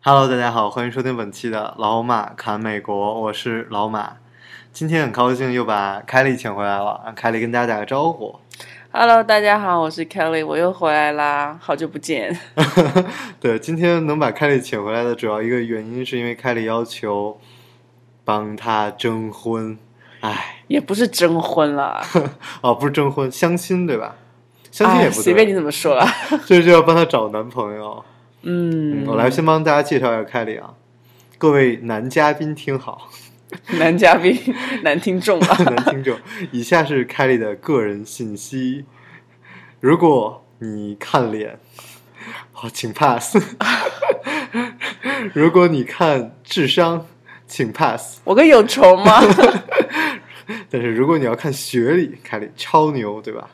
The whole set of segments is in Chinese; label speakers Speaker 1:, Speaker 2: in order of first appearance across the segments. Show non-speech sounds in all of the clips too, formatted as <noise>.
Speaker 1: 哈喽，大家好，欢迎收听本期的老马侃美国，我是老马。今天很高兴又把凯莉请回来了，让凯莉跟大家打个招呼。 <laughs>
Speaker 2: Hello，大家好，我是 Kelly，我又回来啦，好久不见。 <laughs>
Speaker 1: 对，今天能把凯莉请回来的主要一个原因，是因为凯莉要求帮她征婚。哎，
Speaker 2: 也不是征婚啦，
Speaker 1: <laughs> 哦，不是征婚，相亲对吧？相亲也
Speaker 2: 哎，
Speaker 1: 不对，
Speaker 2: 随便你怎么说啦。
Speaker 1: 这就要帮她找男朋友。
Speaker 2: 嗯
Speaker 1: 嗯，我来先帮大家介绍一下凯莉啊，各位男嘉宾听好，
Speaker 2: 男嘉宾、 <laughs> 男听众啊吧。
Speaker 1: 男听众，以下是凯莉的个人信息。如果你看脸，好，请 pass；如果你看智商，请 pass。
Speaker 2: <laughs> 我跟有仇吗？ <laughs>
Speaker 1: 但是如果你要看学历，凯莉超牛，对吧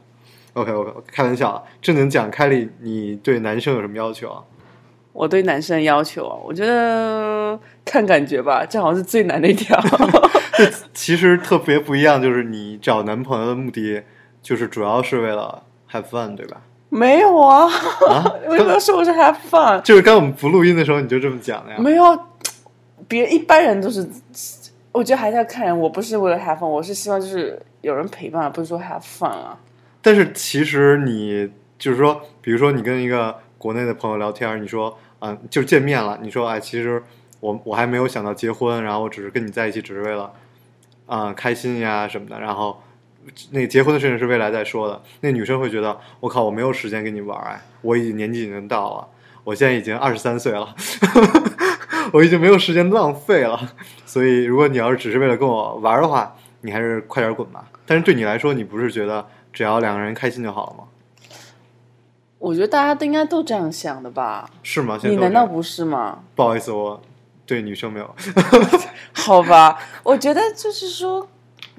Speaker 1: ？OK OK，开玩笑啊，正经讲，凯莉，你对男生有什么要求啊？
Speaker 2: 我对男生的要求啊，我觉得看感觉吧，这好像是最难的一条。 <laughs>
Speaker 1: 其实特别不一样，就是你找男朋友的目的，就是主要是为了 have fun，对吧？
Speaker 2: 没有啊，，
Speaker 1: 啊
Speaker 2: 为什么要 <laughs> 说我是 have fun？
Speaker 1: 就是刚我们不录音的时候，你就这么讲的呀？
Speaker 2: 没有啊，别一般人都是，我觉得还是要看人。我不是为了 have fun，我是希望就是有人陪伴，不是说 have fun 啊。
Speaker 1: 但是其实你就是说，比如说你跟一个国内的朋友聊天，你说，嗯，就见面了，你说，哎，其实我我还没有想到结婚，然后我只是跟你在一起，只是为了，啊、开心呀什么的，然后那个结婚的事情是未来再说的。那女生会觉得，我靠，我没有时间跟你玩，哎，我已经年纪已经到了，我现在已经二十三岁了。 <laughs> 我已经没有时间浪费了， <laughs> 所以如果你要是只是为了跟我玩的话，你还是快点滚吧。但是对你来说，你不是觉得只要两个人开心就好了吗？
Speaker 2: 我觉得大家都应该都这样想的吧？
Speaker 1: 是吗？现在
Speaker 2: 你
Speaker 1: 都是
Speaker 2: 难道不是吗？
Speaker 1: 不好意思，我对女生没有
Speaker 2: 好吧，我觉得就是说，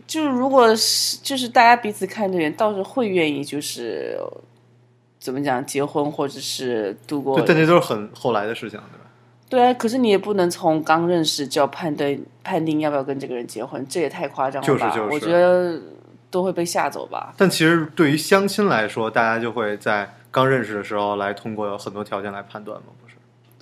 Speaker 2: 就是如果是就是大家彼此看着眼，倒是会愿意就是怎么讲结婚或者是度过
Speaker 1: 对，。但这都是很后来的事情，对吧？
Speaker 2: 对啊，可是你也不能从刚认识就要判断判定要不要跟这个人结婚，这也太夸张了吧？
Speaker 1: 就是就是
Speaker 2: 我觉得都会被吓走吧。
Speaker 1: 但其实对于相亲来说，大家就会在刚认识的时候来通过很多条件来判断嘛，不是？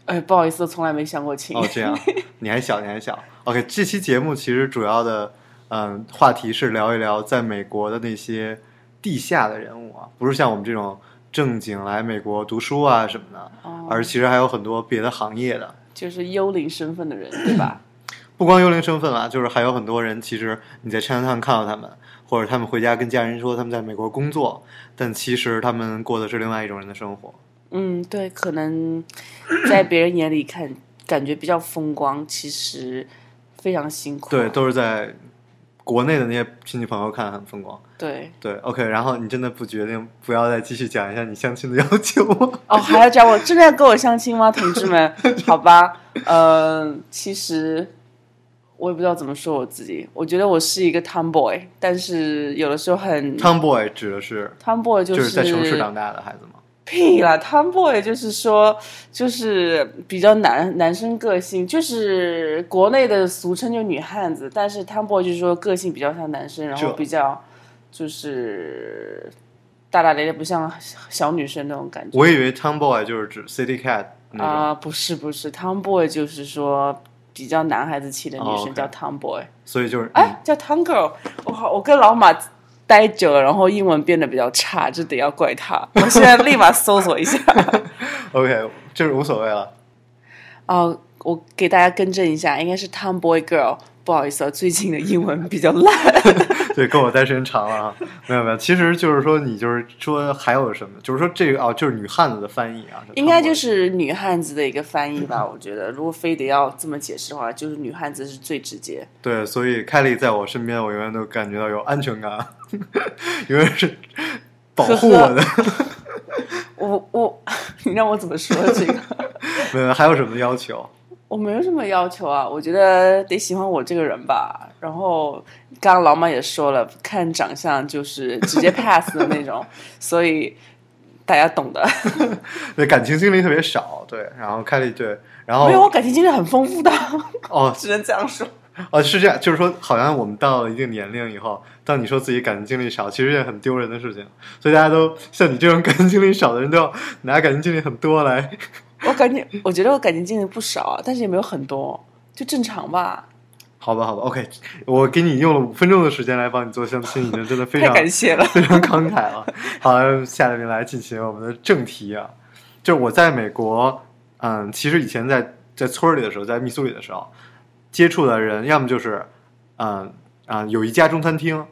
Speaker 2: 哎，不好意思，从来没相过亲。
Speaker 1: 哦，这样，你还小，你还小。OK，这期节目其实主要的嗯话题是聊一聊在美国的那些地下的人物啊，不是像我们这种正经来美国读书啊什么的，
Speaker 2: 哦
Speaker 1: 而其实还有很多别的行业的，
Speaker 2: 就是幽灵身份的人，对吧？
Speaker 1: 不光幽灵身份啦，啊就是还有很多人，其实你在 Chinatown 看到他们，或者他们回家跟家人说他们在美国工作，但其实他们过的是另外一种人的生活。
Speaker 2: 嗯，对，可能在别人眼里看感觉比较风光，其实非常辛苦。
Speaker 1: 对，都是在国内的那些亲戚朋友看很风光。
Speaker 2: 对
Speaker 1: 对，OK，然后你真的不决定不要再继续讲一下你相亲的要求吗？
Speaker 2: <laughs> 哦，还要找我，真的要跟我相亲吗，同
Speaker 1: <laughs>
Speaker 2: 志们？好吧，呃，其实我也不知道怎么说我自己，我觉得我是一个 tomboy，但是有的时候很
Speaker 1: Tomboy 指的是
Speaker 2: tomboy 就
Speaker 1: 就是在城市长大的孩子吗？
Speaker 2: 屁啦，tomboy 就是说，就是比较男男生个性，就是国内的俗称就女汉子，但是 tomboy 就是说个性比较像男生，然后
Speaker 1: 这
Speaker 2: 比较就是大大咧咧，不像小女生那种感觉。
Speaker 1: 我以为 Tomboy 就是指 City Cat
Speaker 2: 啊、
Speaker 1: 那种，
Speaker 2: 不是不是，tomboy 就是说比较男孩子气的女
Speaker 1: 哦，OK 嗯
Speaker 2: 生叫 tomboy，
Speaker 1: 所以就是你
Speaker 2: 哎、叫 tom girl。我好，我跟老马待久了，然后英文变得比较差，这得要怪他。我现在立马搜索一下。
Speaker 1: OK，就是无所谓了。
Speaker 2: 哦，我给大家更正一下，应该是 Tomboy Girl。不好意思啊，最近的英文比较烂。 <laughs>
Speaker 1: 对，跟我待时间长了啊，没有没有，其实就是说你就是说还有什么，就是说这个哦，就是女汉子的翻译啊，
Speaker 2: 应该
Speaker 1: Tomboy
Speaker 2: 就是女汉子的一个翻译吧，我觉得。如果非得要这么解释的话，就是女汉子是最直接。
Speaker 1: 对，所以凯莉在我身边，我永远都感觉到有安全感， <laughs> 永远是保护我的。
Speaker 2: <laughs> 我我，你让我怎么说这个？ <laughs>
Speaker 1: 没有，还有什么要求？
Speaker 2: 我没有什么要求啊，我觉得得喜欢我这个人吧。然后刚刚老马也说了，看长相就是直接 pass 的那种，所以大家懂的。 <laughs>
Speaker 1: 对，感情经历特别少，对，然后凯莉对，然
Speaker 2: 没有，我
Speaker 1: 后
Speaker 2: 感情经历很丰富的， <laughs>
Speaker 1: 哦
Speaker 2: 只能这样说。
Speaker 1: 哦是这样，就是说，好像我们到了一定年龄以后，当你说自己感情经历少，其实是件很丢人的事情，所以大家都像你这种感情经历少的人，都要拿感情经历很多来，
Speaker 2: 我感觉，我觉得我感情经历不少啊，但是也没有很多，就正常吧。
Speaker 1: 好吧，好吧，OK，我给你用了五分钟的时间来帮你做相亲，已经真的非
Speaker 2: 太
Speaker 1: 常
Speaker 2: 感谢了。
Speaker 1: <laughs>
Speaker 2: <laughs>
Speaker 1: 非常慷慨了。好，下面来进行我们的正题啊，就是我在美国，嗯，其实以前在在村儿里的时候，在密苏里的时候，接触的人要么就是，嗯啊，有一家中餐厅，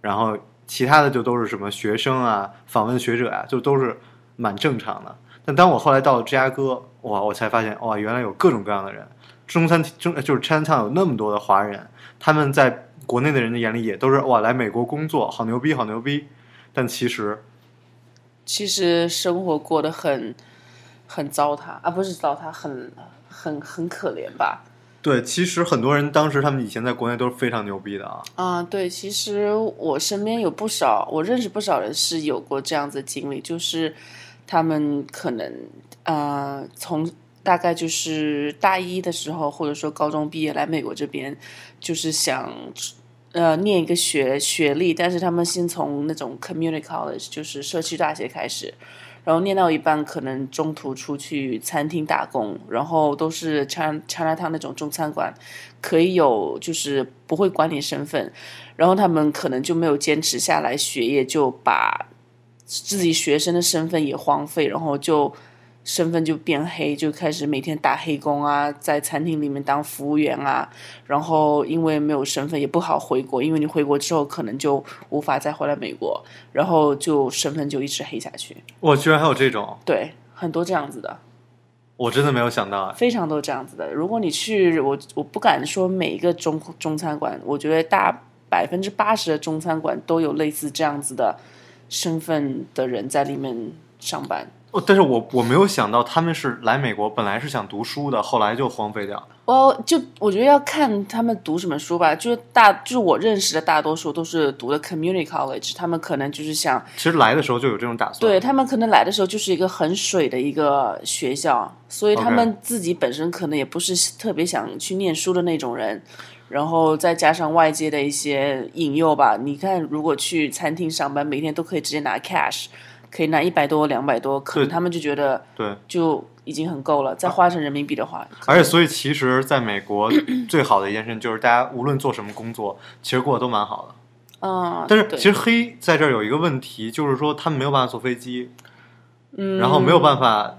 Speaker 1: 然后其他的就都是什么学生啊、访问学者啊，就都是蛮正常的。但当我后来到了芝加哥，哇，我才发现，哇，原来有各种各样的人。中餐厅中就是 Chinatown 有那么多的华人，他们在国内的人的眼里也都是哇，来美国工作好牛逼，好牛逼。但其实
Speaker 2: 其实生活过得很很糟蹋啊，不是糟蹋，很很很可怜吧？
Speaker 1: 对，其实很多人当时他们以前在国内都是非常牛逼的啊。
Speaker 2: 啊，对，其实我身边有不少，我认识不少人是有过这样子的经历，就是他们可能呃，从大概就是大一的时候，或者说高中毕业来美国这边，就是想呃念一个学学历，但是他们先从那种 community college，就是社区大学开始，然后念到一半，可能中途出去餐厅打工，然后都是 China China Town 那种中餐馆，可以有就是不会管你身份，然后他们可能就没有坚持下来学业，就把自己学生的身份也荒废，然后就身份就变黑，就开始每天打黑工啊，在餐厅里面当服务员啊，然后因为没有身份也不好回国，因为你回国之后可能就无法再回来美国，然后就身份就一直黑下去。
Speaker 1: 哇，居然还有这种，
Speaker 2: 对，很多这样子的，
Speaker 1: 我真的没有想到啊。
Speaker 2: 非常多这样子的。如果你去，我我不敢说每一个中中餐馆，我觉得大百分之八十的中餐馆都有类似这样子的身份的人在里面上班。
Speaker 1: 哦但是我我没有想到他们是来美国本来是想读书的，后来就荒废掉了。
Speaker 2: 哦，就我觉得要看他们读什么书吧，就是大，就是我认识的大多数都是读的 community college，他们可能就是想
Speaker 1: 其实来的时候就有这种打算。
Speaker 2: 对他们可能来的时候就是一个很水的一个学校，所以他
Speaker 1: OK
Speaker 2: 们自己本身可能也不是特别想去念书的那种人，然后再加上外界的一些引诱吧。你看，如果去餐厅上班，每天都可以直接拿 cash，可以拿一百多、两百多，可能
Speaker 1: 对啊
Speaker 2: 他们就觉得
Speaker 1: 对，
Speaker 2: 就已经很够了。再换成人民币的话，
Speaker 1: 而且所以其实，在美国最好的一件事情就是大家无论做什么工作，其实过得都蛮好的。
Speaker 2: 嗯，
Speaker 1: 但是
Speaker 2: 对
Speaker 1: 其实黑在这儿有一个问题，就是说他们没有办法坐飞机，嗯，然后没有办法，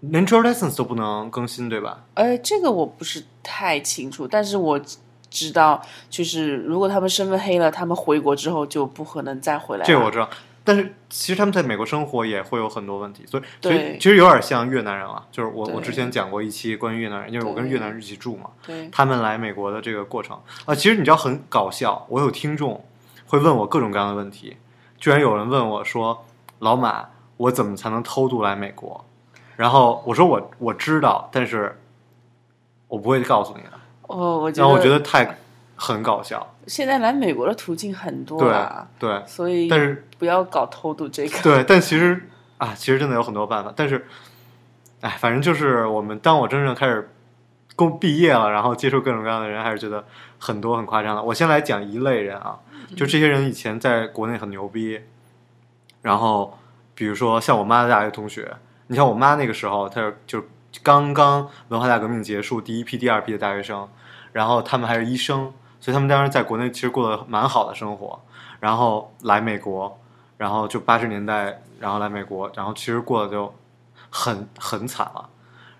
Speaker 1: 连 driver license 都不能更新，对吧？
Speaker 2: 呃，这个我不是太清楚，但是我知知道，就是如果他们身份黑了，他们回国之后就不可能再回来了。
Speaker 1: 这个我知道。但是其实他们在美国生活也会有很多问题，所以所以
Speaker 2: 对
Speaker 1: 其实有点像越南人了。就是我我
Speaker 2: 对
Speaker 1: 之前讲过一期关于越南人，因为我跟
Speaker 2: 对
Speaker 1: 越南人一起住嘛，
Speaker 2: 对，
Speaker 1: 他们来美国的这个过程啊，其实你知道很搞笑，我有听众会问我各种各样的问题，居然有人问我说：“老马，我怎么才能偷渡来美国？”然后我说我：“我知道，但是我不会告诉你的。
Speaker 2: 哦，我”觉
Speaker 1: 然
Speaker 2: 得，
Speaker 1: 后我觉得太很搞笑，
Speaker 2: 现在来美国的途径很多
Speaker 1: 对
Speaker 2: 啦，
Speaker 1: 对
Speaker 2: 所以
Speaker 1: 但是
Speaker 2: 不要搞偷渡这个。
Speaker 1: 对，但其实啊，其实真的有很多办法，但是哎，反正就是我们当我真正开始。工毕业了，然后接触各种各样的人，还是觉得很多很夸张的。我先来讲一类人啊，就这些人以前在国内很牛逼，然后比如说像我妈的大学同学，你像我妈那个时候，她是就是刚刚文化大革命结束，第一批、第二批的大学生，然后他们还是医生，所以他们当时在国内其实过得蛮好的生活，然后来美国，然后就八十年代，然后来美国，然后其实过得就很很惨了。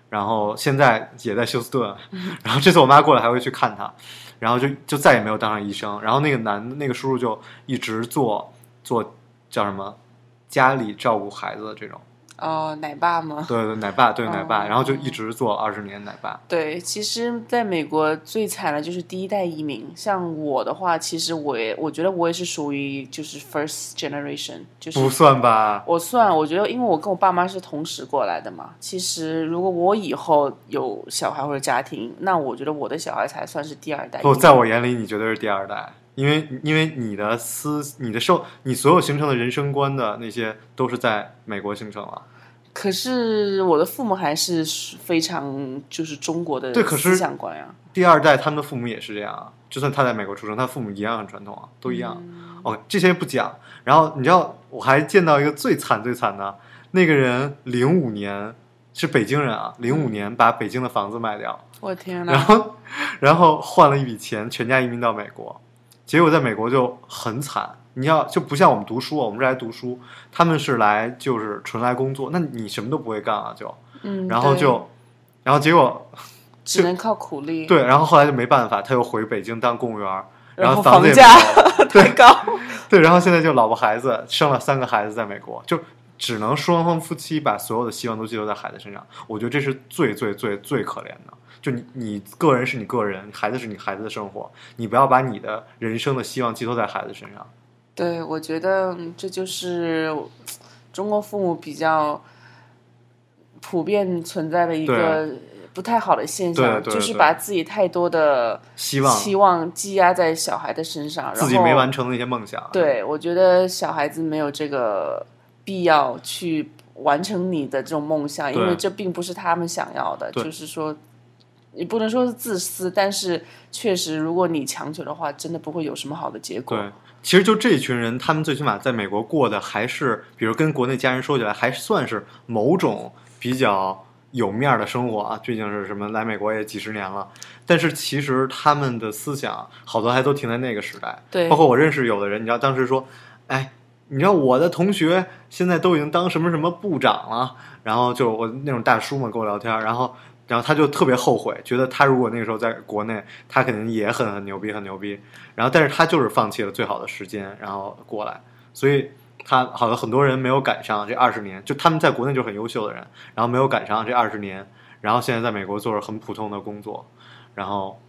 Speaker 1: 然后现在也在休斯顿，
Speaker 2: 嗯
Speaker 1: 然后这次我妈过来还会去看她，然后就就再也没有当上医生。然后那个男那个叔叔就一直做做叫什么家里照顾孩子的这种，
Speaker 2: 哦，奶爸吗？
Speaker 1: 对对，奶爸，对
Speaker 2: 哦
Speaker 1: 奶爸，然后就一直做二十年奶爸。
Speaker 2: 对，其实在美国最惨的就是第一代移民。像我的话，其实我也我觉得我也是属于就是 first generation，就是
Speaker 1: 不算吧？
Speaker 2: 我算，我觉得因为我跟我爸妈是同时过来的嘛。其实如果我以后有小孩或者家庭，那我觉得我的小孩才算是第二代移民。
Speaker 1: 不，哦在我眼里，你绝对是第二代，因为因为你的思、你的受、你所有形成的人生观的那些，都是在美国形成了。
Speaker 2: 可是我的父母还是非常就是中国的
Speaker 1: 对可是
Speaker 2: 思想观呀、
Speaker 1: 第二代他们的父母也是这样啊，就算他在美国出生，他父母一样很传统啊，都一样。哦，这些不讲。然后你知道，我还见到一个最惨最惨的，那个人零五年是北京人啊，零五年把北京的房子卖掉，
Speaker 2: 我的 <laughs> 天
Speaker 1: 然
Speaker 2: 呐，
Speaker 1: 后 <laughs> 然后换了一笔钱，全家移民到美国，结果在美国就很惨。你要就不像我们读书啊，我们是来读书，他们是来就是纯来工作，那你什么都不会干啊就，
Speaker 2: 嗯，
Speaker 1: 然后
Speaker 2: 对
Speaker 1: 就，然后结果
Speaker 2: 只能靠苦力，， <laughs>
Speaker 1: 对，然后后来就没办法，他又回北京当公务员儿，
Speaker 2: 然
Speaker 1: 后
Speaker 2: 后
Speaker 1: 房
Speaker 2: 房
Speaker 1: 子也
Speaker 2: 价
Speaker 1: 不高
Speaker 2: 太高，
Speaker 1: 对，然后现在就老婆孩子生了三个孩子，在美国就只能双方夫妻把所有的希望都寄托在孩子身上。我觉得这是最最最最可怜的。就你你个人是你个人，孩子是你孩子的生活，你不要把你的人生的希望寄托在孩子身上。
Speaker 2: 对，我觉得嗯这就是中国父母比较普遍存在的一个不太好的现象，
Speaker 1: 对对
Speaker 2: 就是
Speaker 1: 对
Speaker 2: 把自己太多的
Speaker 1: 希望
Speaker 2: 期望积压在小孩的身上，然后
Speaker 1: 自己没完成的那些梦想，，
Speaker 2: 对，我觉得小孩子没有这个必要去完成你的这种梦想，因
Speaker 1: 对
Speaker 2: 为这并不是他们想要的。
Speaker 1: 对
Speaker 2: 就是说，你不能说是自私，但是确实，如果你强求的话，真的不会有什么好的结果。
Speaker 1: 对，其实就这一群人，他们最起码在美国过的还是，比如跟国内家人说起来，还算是某种比较有面儿的生活啊。毕竟是什么来美国也几十年了，但是其实他们的思想好多还都停在那个时代。
Speaker 2: 对
Speaker 1: 包括我认识有的人，你知道当时说，哎。你知道我的同学现在都已经当什么什么部长了，然后就我那种大叔嘛跟我聊天，然后然后他就特别后悔，觉得他如果那个时候在国内，他肯定也很很牛逼很牛逼，然后但是他就是放弃了最好的时间，然后过来，所以他好像很多人没有赶上这二十年，就他们在国内就很优秀的人，然后没有赶上这二十年，然后现在在美国做着很普通的工作，然后，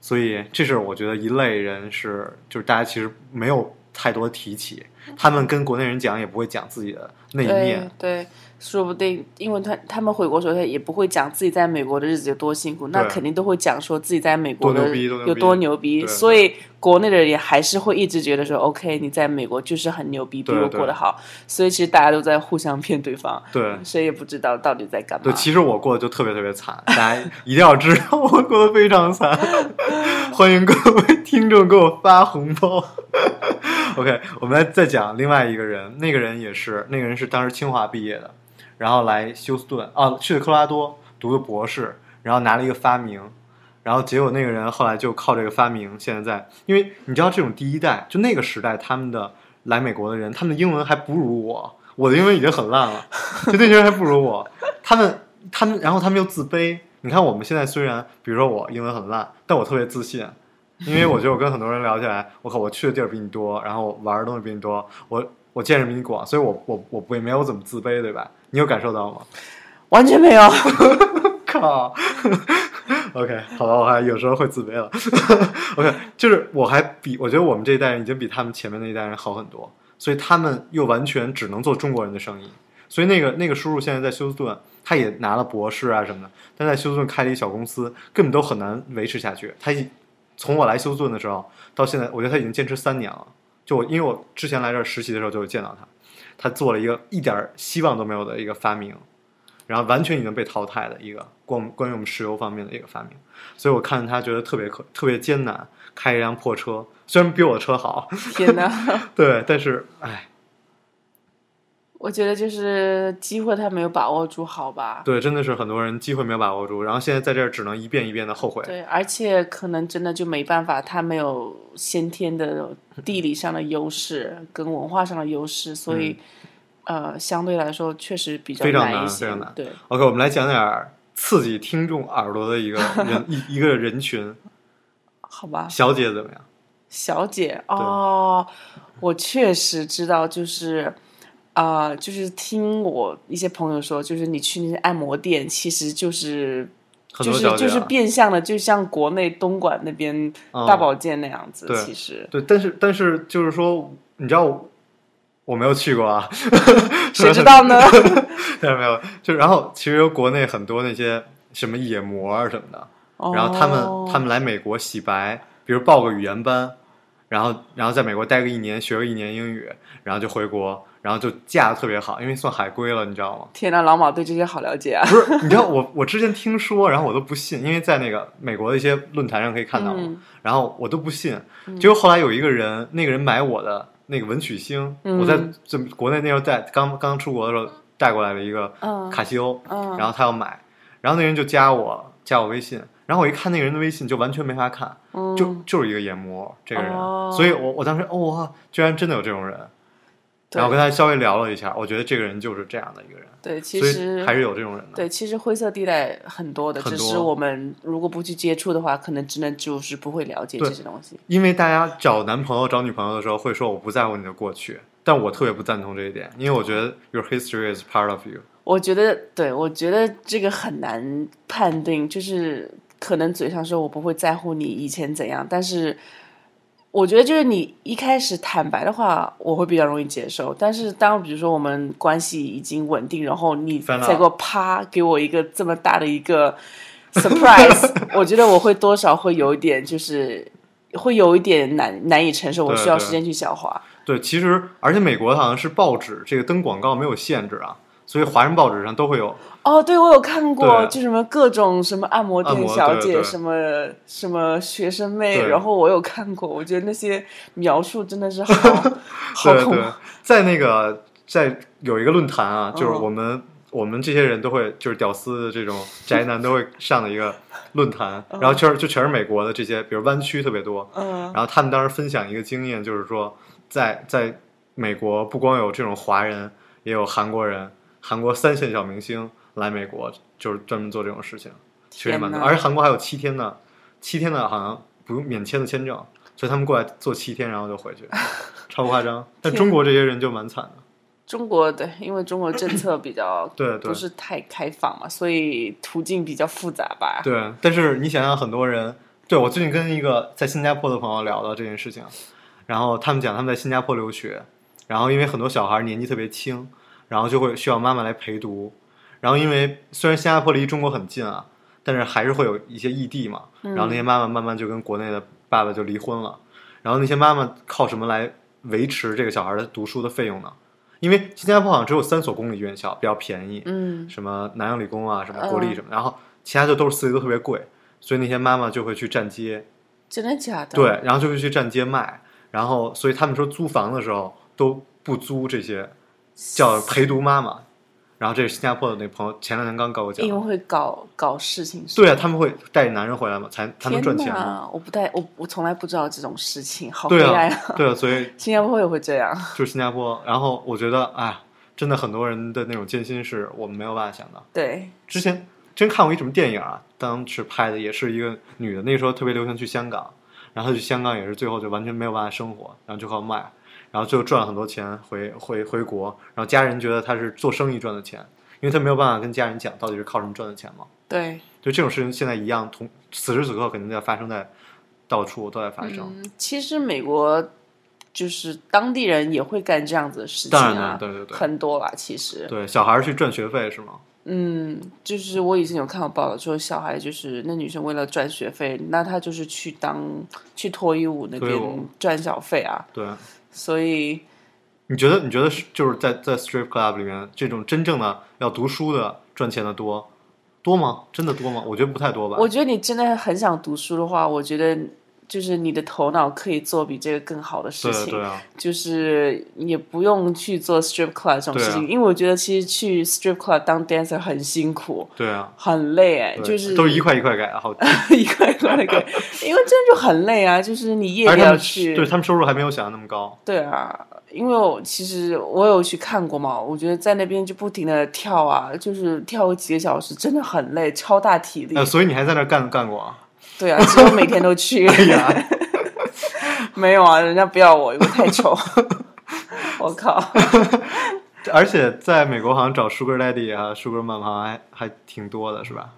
Speaker 1: 所以这是我觉得一类人是就是大家其实没有太多提起，他们跟国内人讲也不会讲自己的那一面
Speaker 2: 对，对，说不定因为他他们回国的时候，他也不会讲自己在美国的日子有多辛苦，那
Speaker 1: 对
Speaker 2: 肯定都会讲说自己在美国
Speaker 1: 多牛
Speaker 2: 的
Speaker 1: 逼多牛逼
Speaker 2: 有多牛逼。
Speaker 1: 对
Speaker 2: 所以国内的人也还是会一直觉得说，OK，你在美国就是很牛逼，比
Speaker 1: 对
Speaker 2: 我
Speaker 1: 对
Speaker 2: 过得好。所以其实大家都在互相骗对方，
Speaker 1: 对
Speaker 2: 谁也不知道到底在干嘛。
Speaker 1: 对，其实我过得就特别特别惨，大家一定要知道我过得非常惨。 <laughs> 欢迎各位听众给我发红包。OK，我们来再讲另外一个人，那个人也是，那个人是当时清华毕业的，然后来休斯顿啊，去的科罗拉多读的博士，然后拿了一个发明，然后结果那个人后来就靠这个发明，现在在，因为你知道这种第一代，就那个时代他们的来美国的人，他们的英文还不如我，我的英文已经很烂了， <laughs> 就那些人还不如我，他们他们，然后他们又自卑。你看我们现在虽然，比如说我英文很烂，但我特别自信，因为我觉得我跟很多人聊起来，我靠，我去的地儿比你多，然后我玩的东西比你多，我我见识比你广，所以我我我我也没有怎么自卑，对吧？你有感受到吗？
Speaker 2: 完全
Speaker 1: <laughs>
Speaker 2: 没有。
Speaker 1: 靠 <laughs> ，OK，好吧，我还有时候会自卑了。OK，就是我还比我觉得我们这一代人已经比他们前面那一代人好很多，所以他们又完全只能做中国人的生意。所以那个那个叔叔现在在休斯顿，他也拿了博士啊什么的，但在休斯顿开了一小公司，根本都很难维持下去。他已从我来休斯顿的时候到现在，我觉得他已经坚持三年了。就我因为我之前来这儿实习的时候就有见到他，他做了一个一点儿希望都没有的一个发明，然后完全已经被淘汰的一个关关于我们石油方面的一个发明，所以我看着他觉得特别可特别艰难，开一辆破车，虽然比我的车好，
Speaker 2: 天哪，
Speaker 1: 对，但是哎，
Speaker 2: 我觉得就是机会他没有把握住，好吧？
Speaker 1: 对，真的是很多人机会没有把握住，然后现在在这儿只能一遍一遍的后悔，
Speaker 2: 对，而且可能真的就没办法，他没有先天的地理上的优势跟文化上的优势，所以、呃，相对来说确实比较
Speaker 1: 嗯非常难
Speaker 2: 一
Speaker 1: 非
Speaker 2: 些。
Speaker 1: 常难
Speaker 2: 对，
Speaker 1: OK，我们来讲点儿刺激听众耳朵的一个人一一个人群，
Speaker 2: 好吧，
Speaker 1: 小姐怎么样？
Speaker 2: 小姐哦，我确实知道，就是啊、就是听我一些朋友说，就是你去那些按摩店，其实就是
Speaker 1: 很
Speaker 2: 就
Speaker 1: 多
Speaker 2: 是
Speaker 1: 小姐、啊
Speaker 2: 就是变相的，就像国内东莞那边
Speaker 1: 嗯
Speaker 2: 大保健那样子，
Speaker 1: 对
Speaker 2: 其
Speaker 1: <laughs>
Speaker 2: 实
Speaker 1: 对，但是但是就是说，你知道我我没有去过啊， <laughs>
Speaker 2: 谁知道呢？啊
Speaker 1: 没有没有，就然后其实国内很多那些什么野模啊什么的， <laughs> 然后他们、
Speaker 2: 哦
Speaker 1: 他们来美国洗白，比如报个语言班，然后然后在美国待个一年，学个一年英语，然后就回国，然后就嫁的特别好，因为算海归了，你知道吗？
Speaker 2: 天呐，老马对这些好了解啊！
Speaker 1: 不是，你知道我我之前听说，然后我都不信，因为在那个美国的一些论坛上可以看到嘛，
Speaker 2: 嗯
Speaker 1: 然后我都不信。结果后来有一个人，那个人买我的那个文曲星，
Speaker 2: 嗯
Speaker 1: 我在这国内那时候带刚刚出国的时候带过来了一个
Speaker 2: 嗯
Speaker 1: 卡西欧，
Speaker 2: 嗯
Speaker 1: 然后他要买，然后那人就加我加我微信，然后我一看那个人的微信就完全没法看，
Speaker 2: 嗯
Speaker 1: 就就是一个研磨这个人，
Speaker 2: 哦
Speaker 1: 所以我我当时哦哇，居然真的有这种人，
Speaker 2: 对
Speaker 1: 然后跟他稍微聊了一下，我觉得这个人就是这样的一个人，
Speaker 2: 对，其
Speaker 1: 所以
Speaker 2: 实
Speaker 1: 还是有这种人的。
Speaker 2: 对，其实灰色地带很多的，
Speaker 1: 很
Speaker 2: 只
Speaker 1: 多
Speaker 2: 是我们如果不去接触的话，可能真的就是不会了解
Speaker 1: 对
Speaker 2: 这些东西。
Speaker 1: 因为大家找男朋友、找女朋友的时候会说我不在乎你的过去，但我特别不赞同这一点，因为我觉得 your history is part of you。
Speaker 2: 我觉得，对我觉得这个很难判定，就是可能嘴上说我不会在乎你以前怎样，但是我觉得就是你一开始坦白的话，我会比较容易接受。但是当比如说我们关系已经稳定，然后你
Speaker 1: 翻了
Speaker 2: 再给我啪给我一个这么大的一个 <laughs> surprise，我觉得我会多少会有一点就是。会有一点难难以承受，我
Speaker 1: 对
Speaker 2: 需要
Speaker 1: 对
Speaker 2: 时间去消化。
Speaker 1: 对，其实而且美国好像是报纸这个登广告没有限制啊，所以华人报纸上都会有。
Speaker 2: 哦，对，我有看过，
Speaker 1: 对
Speaker 2: 就什么各种什么按摩
Speaker 1: 按
Speaker 2: 店
Speaker 1: 摩
Speaker 2: 小
Speaker 1: 对
Speaker 2: 姐，
Speaker 1: 对
Speaker 2: 什么什么学生妹，
Speaker 1: 对
Speaker 2: 然后我有看过，我觉得那些描述真的是好 <laughs> 好
Speaker 1: <laughs> 对
Speaker 2: 恐
Speaker 1: 对
Speaker 2: 怖。，
Speaker 1: 在那个在有一个论坛啊，就是
Speaker 2: 嗯
Speaker 1: 我们、我们这些人都会就是屌丝的这种宅男都会上的一个论
Speaker 2: <laughs>
Speaker 1: 坛，然后全是就全是美国的这些，比如湾区特别多，
Speaker 2: 嗯，
Speaker 1: 然后他们当时分享一个经验，就是说，在在美国不光有这种华人，也有韩国人，韩国三线小明星来美国，就是专门做这种事情，其实也蛮多。
Speaker 2: 天哪
Speaker 1: 而且韩国还有七天的，七天的好像不用免签的签证，所以他们过来做七天，然后就回去，超夸
Speaker 2: <laughs>
Speaker 1: 张。但中国这些人就蛮惨的，
Speaker 2: 中国对，因为中国政策比较
Speaker 1: 对对
Speaker 2: 不是太开放嘛，所以途径比较复杂吧。
Speaker 1: 对。但是你想想，很多人，对我最近跟一个在新加坡的朋友聊到这件事情，然后他们讲他们在新加坡留学，然后因为很多小孩年纪特别轻，然后就会需要妈妈来陪读，然后因为虽然新加坡离中国很近啊，但是还是会有一些异地嘛，
Speaker 2: 嗯
Speaker 1: 然后那些妈妈慢慢就跟国内的爸爸就离婚了，然后那些妈妈靠什么来维持这个小孩的读书的费用呢？因为新加坡好像只有三所公立院校比较便宜，
Speaker 2: 嗯
Speaker 1: 什么南洋理工啊，什么国
Speaker 2: 嗯
Speaker 1: 立什么，然后其他就都是私立都特别贵，所以那些妈妈就会去站街，
Speaker 2: 真的假的？
Speaker 1: 对，然后就会去站街卖，然后所以他们说租房的时候都不租这些叫陪读妈妈，然后这是新加坡的那朋友前两天刚跟我讲
Speaker 2: 因，为会搞搞事情是吧。
Speaker 1: 对啊，他们会带着男人回来嘛，才才能
Speaker 2: 天
Speaker 1: 赚钱嘛，
Speaker 2: 哪，我不太我我从来不知道这种事情，好悲
Speaker 1: 对
Speaker 2: 哀
Speaker 1: 啊
Speaker 2: 啊！，
Speaker 1: 对啊，所以
Speaker 2: 新加坡也会这样。
Speaker 1: 就是新加坡，然后我觉得哎，真的很多人的那种艰辛是我们没有办法想到。
Speaker 2: 对，
Speaker 1: 之前真看过一什么电影啊，当时拍的也是一个女的，那时候特别流行去香港，然后她去香港也是最后就完全没有办法生活，然后就靠卖，然后最后赚了很多钱回回回国，然后家人觉得她是做生意赚的钱，因为她没有办法跟家人讲到底是靠什么赚的钱嘛，
Speaker 2: 对，
Speaker 1: 就这种事情现在一样，同此时此刻肯定在发生在到处都在发生，
Speaker 2: 嗯，其实美国就是当地人也会干这样子的事情
Speaker 1: 当然了
Speaker 2: 啊，
Speaker 1: 对对对
Speaker 2: 很多啦，其实，
Speaker 1: 对，小孩儿去赚学费是吗？
Speaker 2: 嗯，就是我以前有看到报道说，小孩就是那女生为了赚学费，那她就是去当去脱衣舞那
Speaker 1: 脱衣舞
Speaker 2: 边赚小费啊，
Speaker 1: 对，
Speaker 2: 所以
Speaker 1: 你觉得你觉得是就是在在 strip club 里面，这种真正的要读书的赚钱的多多吗？真的多吗？我觉得不太多吧。
Speaker 2: 我觉得你真的很想读书的话，我觉得就是你的头脑可以做比这个更好的事
Speaker 1: 对啊
Speaker 2: 情，
Speaker 1: 对啊，
Speaker 2: 就是也不用去做 strip club 这种
Speaker 1: 对啊
Speaker 2: 事情，因为我觉得其实去 strip club 当 dancer 很辛苦。
Speaker 1: 对啊，
Speaker 2: 很累哎，
Speaker 1: 对
Speaker 2: 就是
Speaker 1: 都是一块一块改，好，而
Speaker 2: 一块一块的给，因为真的就很累啊，就是 <laughs> 你夜
Speaker 1: 且
Speaker 2: 里
Speaker 1: 他
Speaker 2: 要
Speaker 1: 们
Speaker 2: 去，
Speaker 1: 对他们收入还没有想象那么高。
Speaker 2: 对啊，因为我其实我有去看过嘛，我觉得在那边就不停的跳啊，就是跳几个小时，真的很累，超大体力。
Speaker 1: 呃，所以你还在那儿干干过
Speaker 2: <laughs>
Speaker 1: 啊？
Speaker 2: 对啊，只有每天都
Speaker 1: <laughs>
Speaker 2: 去。
Speaker 1: 哎
Speaker 2: <laughs> 没有啊，人家不要我，因为太丑。我靠，
Speaker 1: 而且在美国好像找 Sugar Daddy 啊，Sugar Mom 好像还还挺多的，是吧？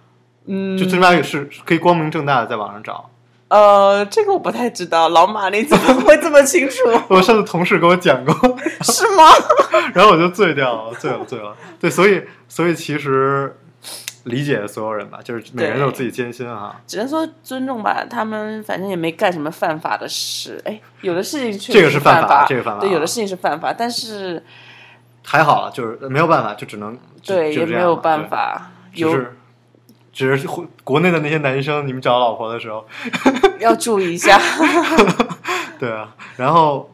Speaker 2: 嗯，
Speaker 1: 就最起码是是可以光明正大的在网上找。
Speaker 2: 呃，这个我不太知道，老马你怎么会这么清楚？
Speaker 1: 我上次同事给我讲过， <laughs>
Speaker 2: 是吗？
Speaker 1: 然后我就醉掉了，醉了，醉了。对，所以所以其实理解所有人吧，就是每个人都有自己艰辛啊哈。
Speaker 2: 只能说尊重吧，他们反正也没干什么犯法的事。哎，有的事情确
Speaker 1: 这
Speaker 2: 实
Speaker 1: 个
Speaker 2: 是
Speaker 1: 是
Speaker 2: 犯
Speaker 1: 犯
Speaker 2: 法，
Speaker 1: 这个犯法
Speaker 2: 对，有的
Speaker 1: 啊
Speaker 2: 事情是犯法，但是
Speaker 1: 还好，就是没有办法，就只能就
Speaker 2: 对
Speaker 1: 就
Speaker 2: 也
Speaker 1: 这
Speaker 2: 没
Speaker 1: 样
Speaker 2: 有
Speaker 1: 了
Speaker 2: 办
Speaker 1: 对
Speaker 2: 法，
Speaker 1: 就
Speaker 2: 有
Speaker 1: 是只是国国内的那些男生，你们找老婆的时候，
Speaker 2: <laughs> 要注意一下。
Speaker 1: <laughs> 对啊，然后，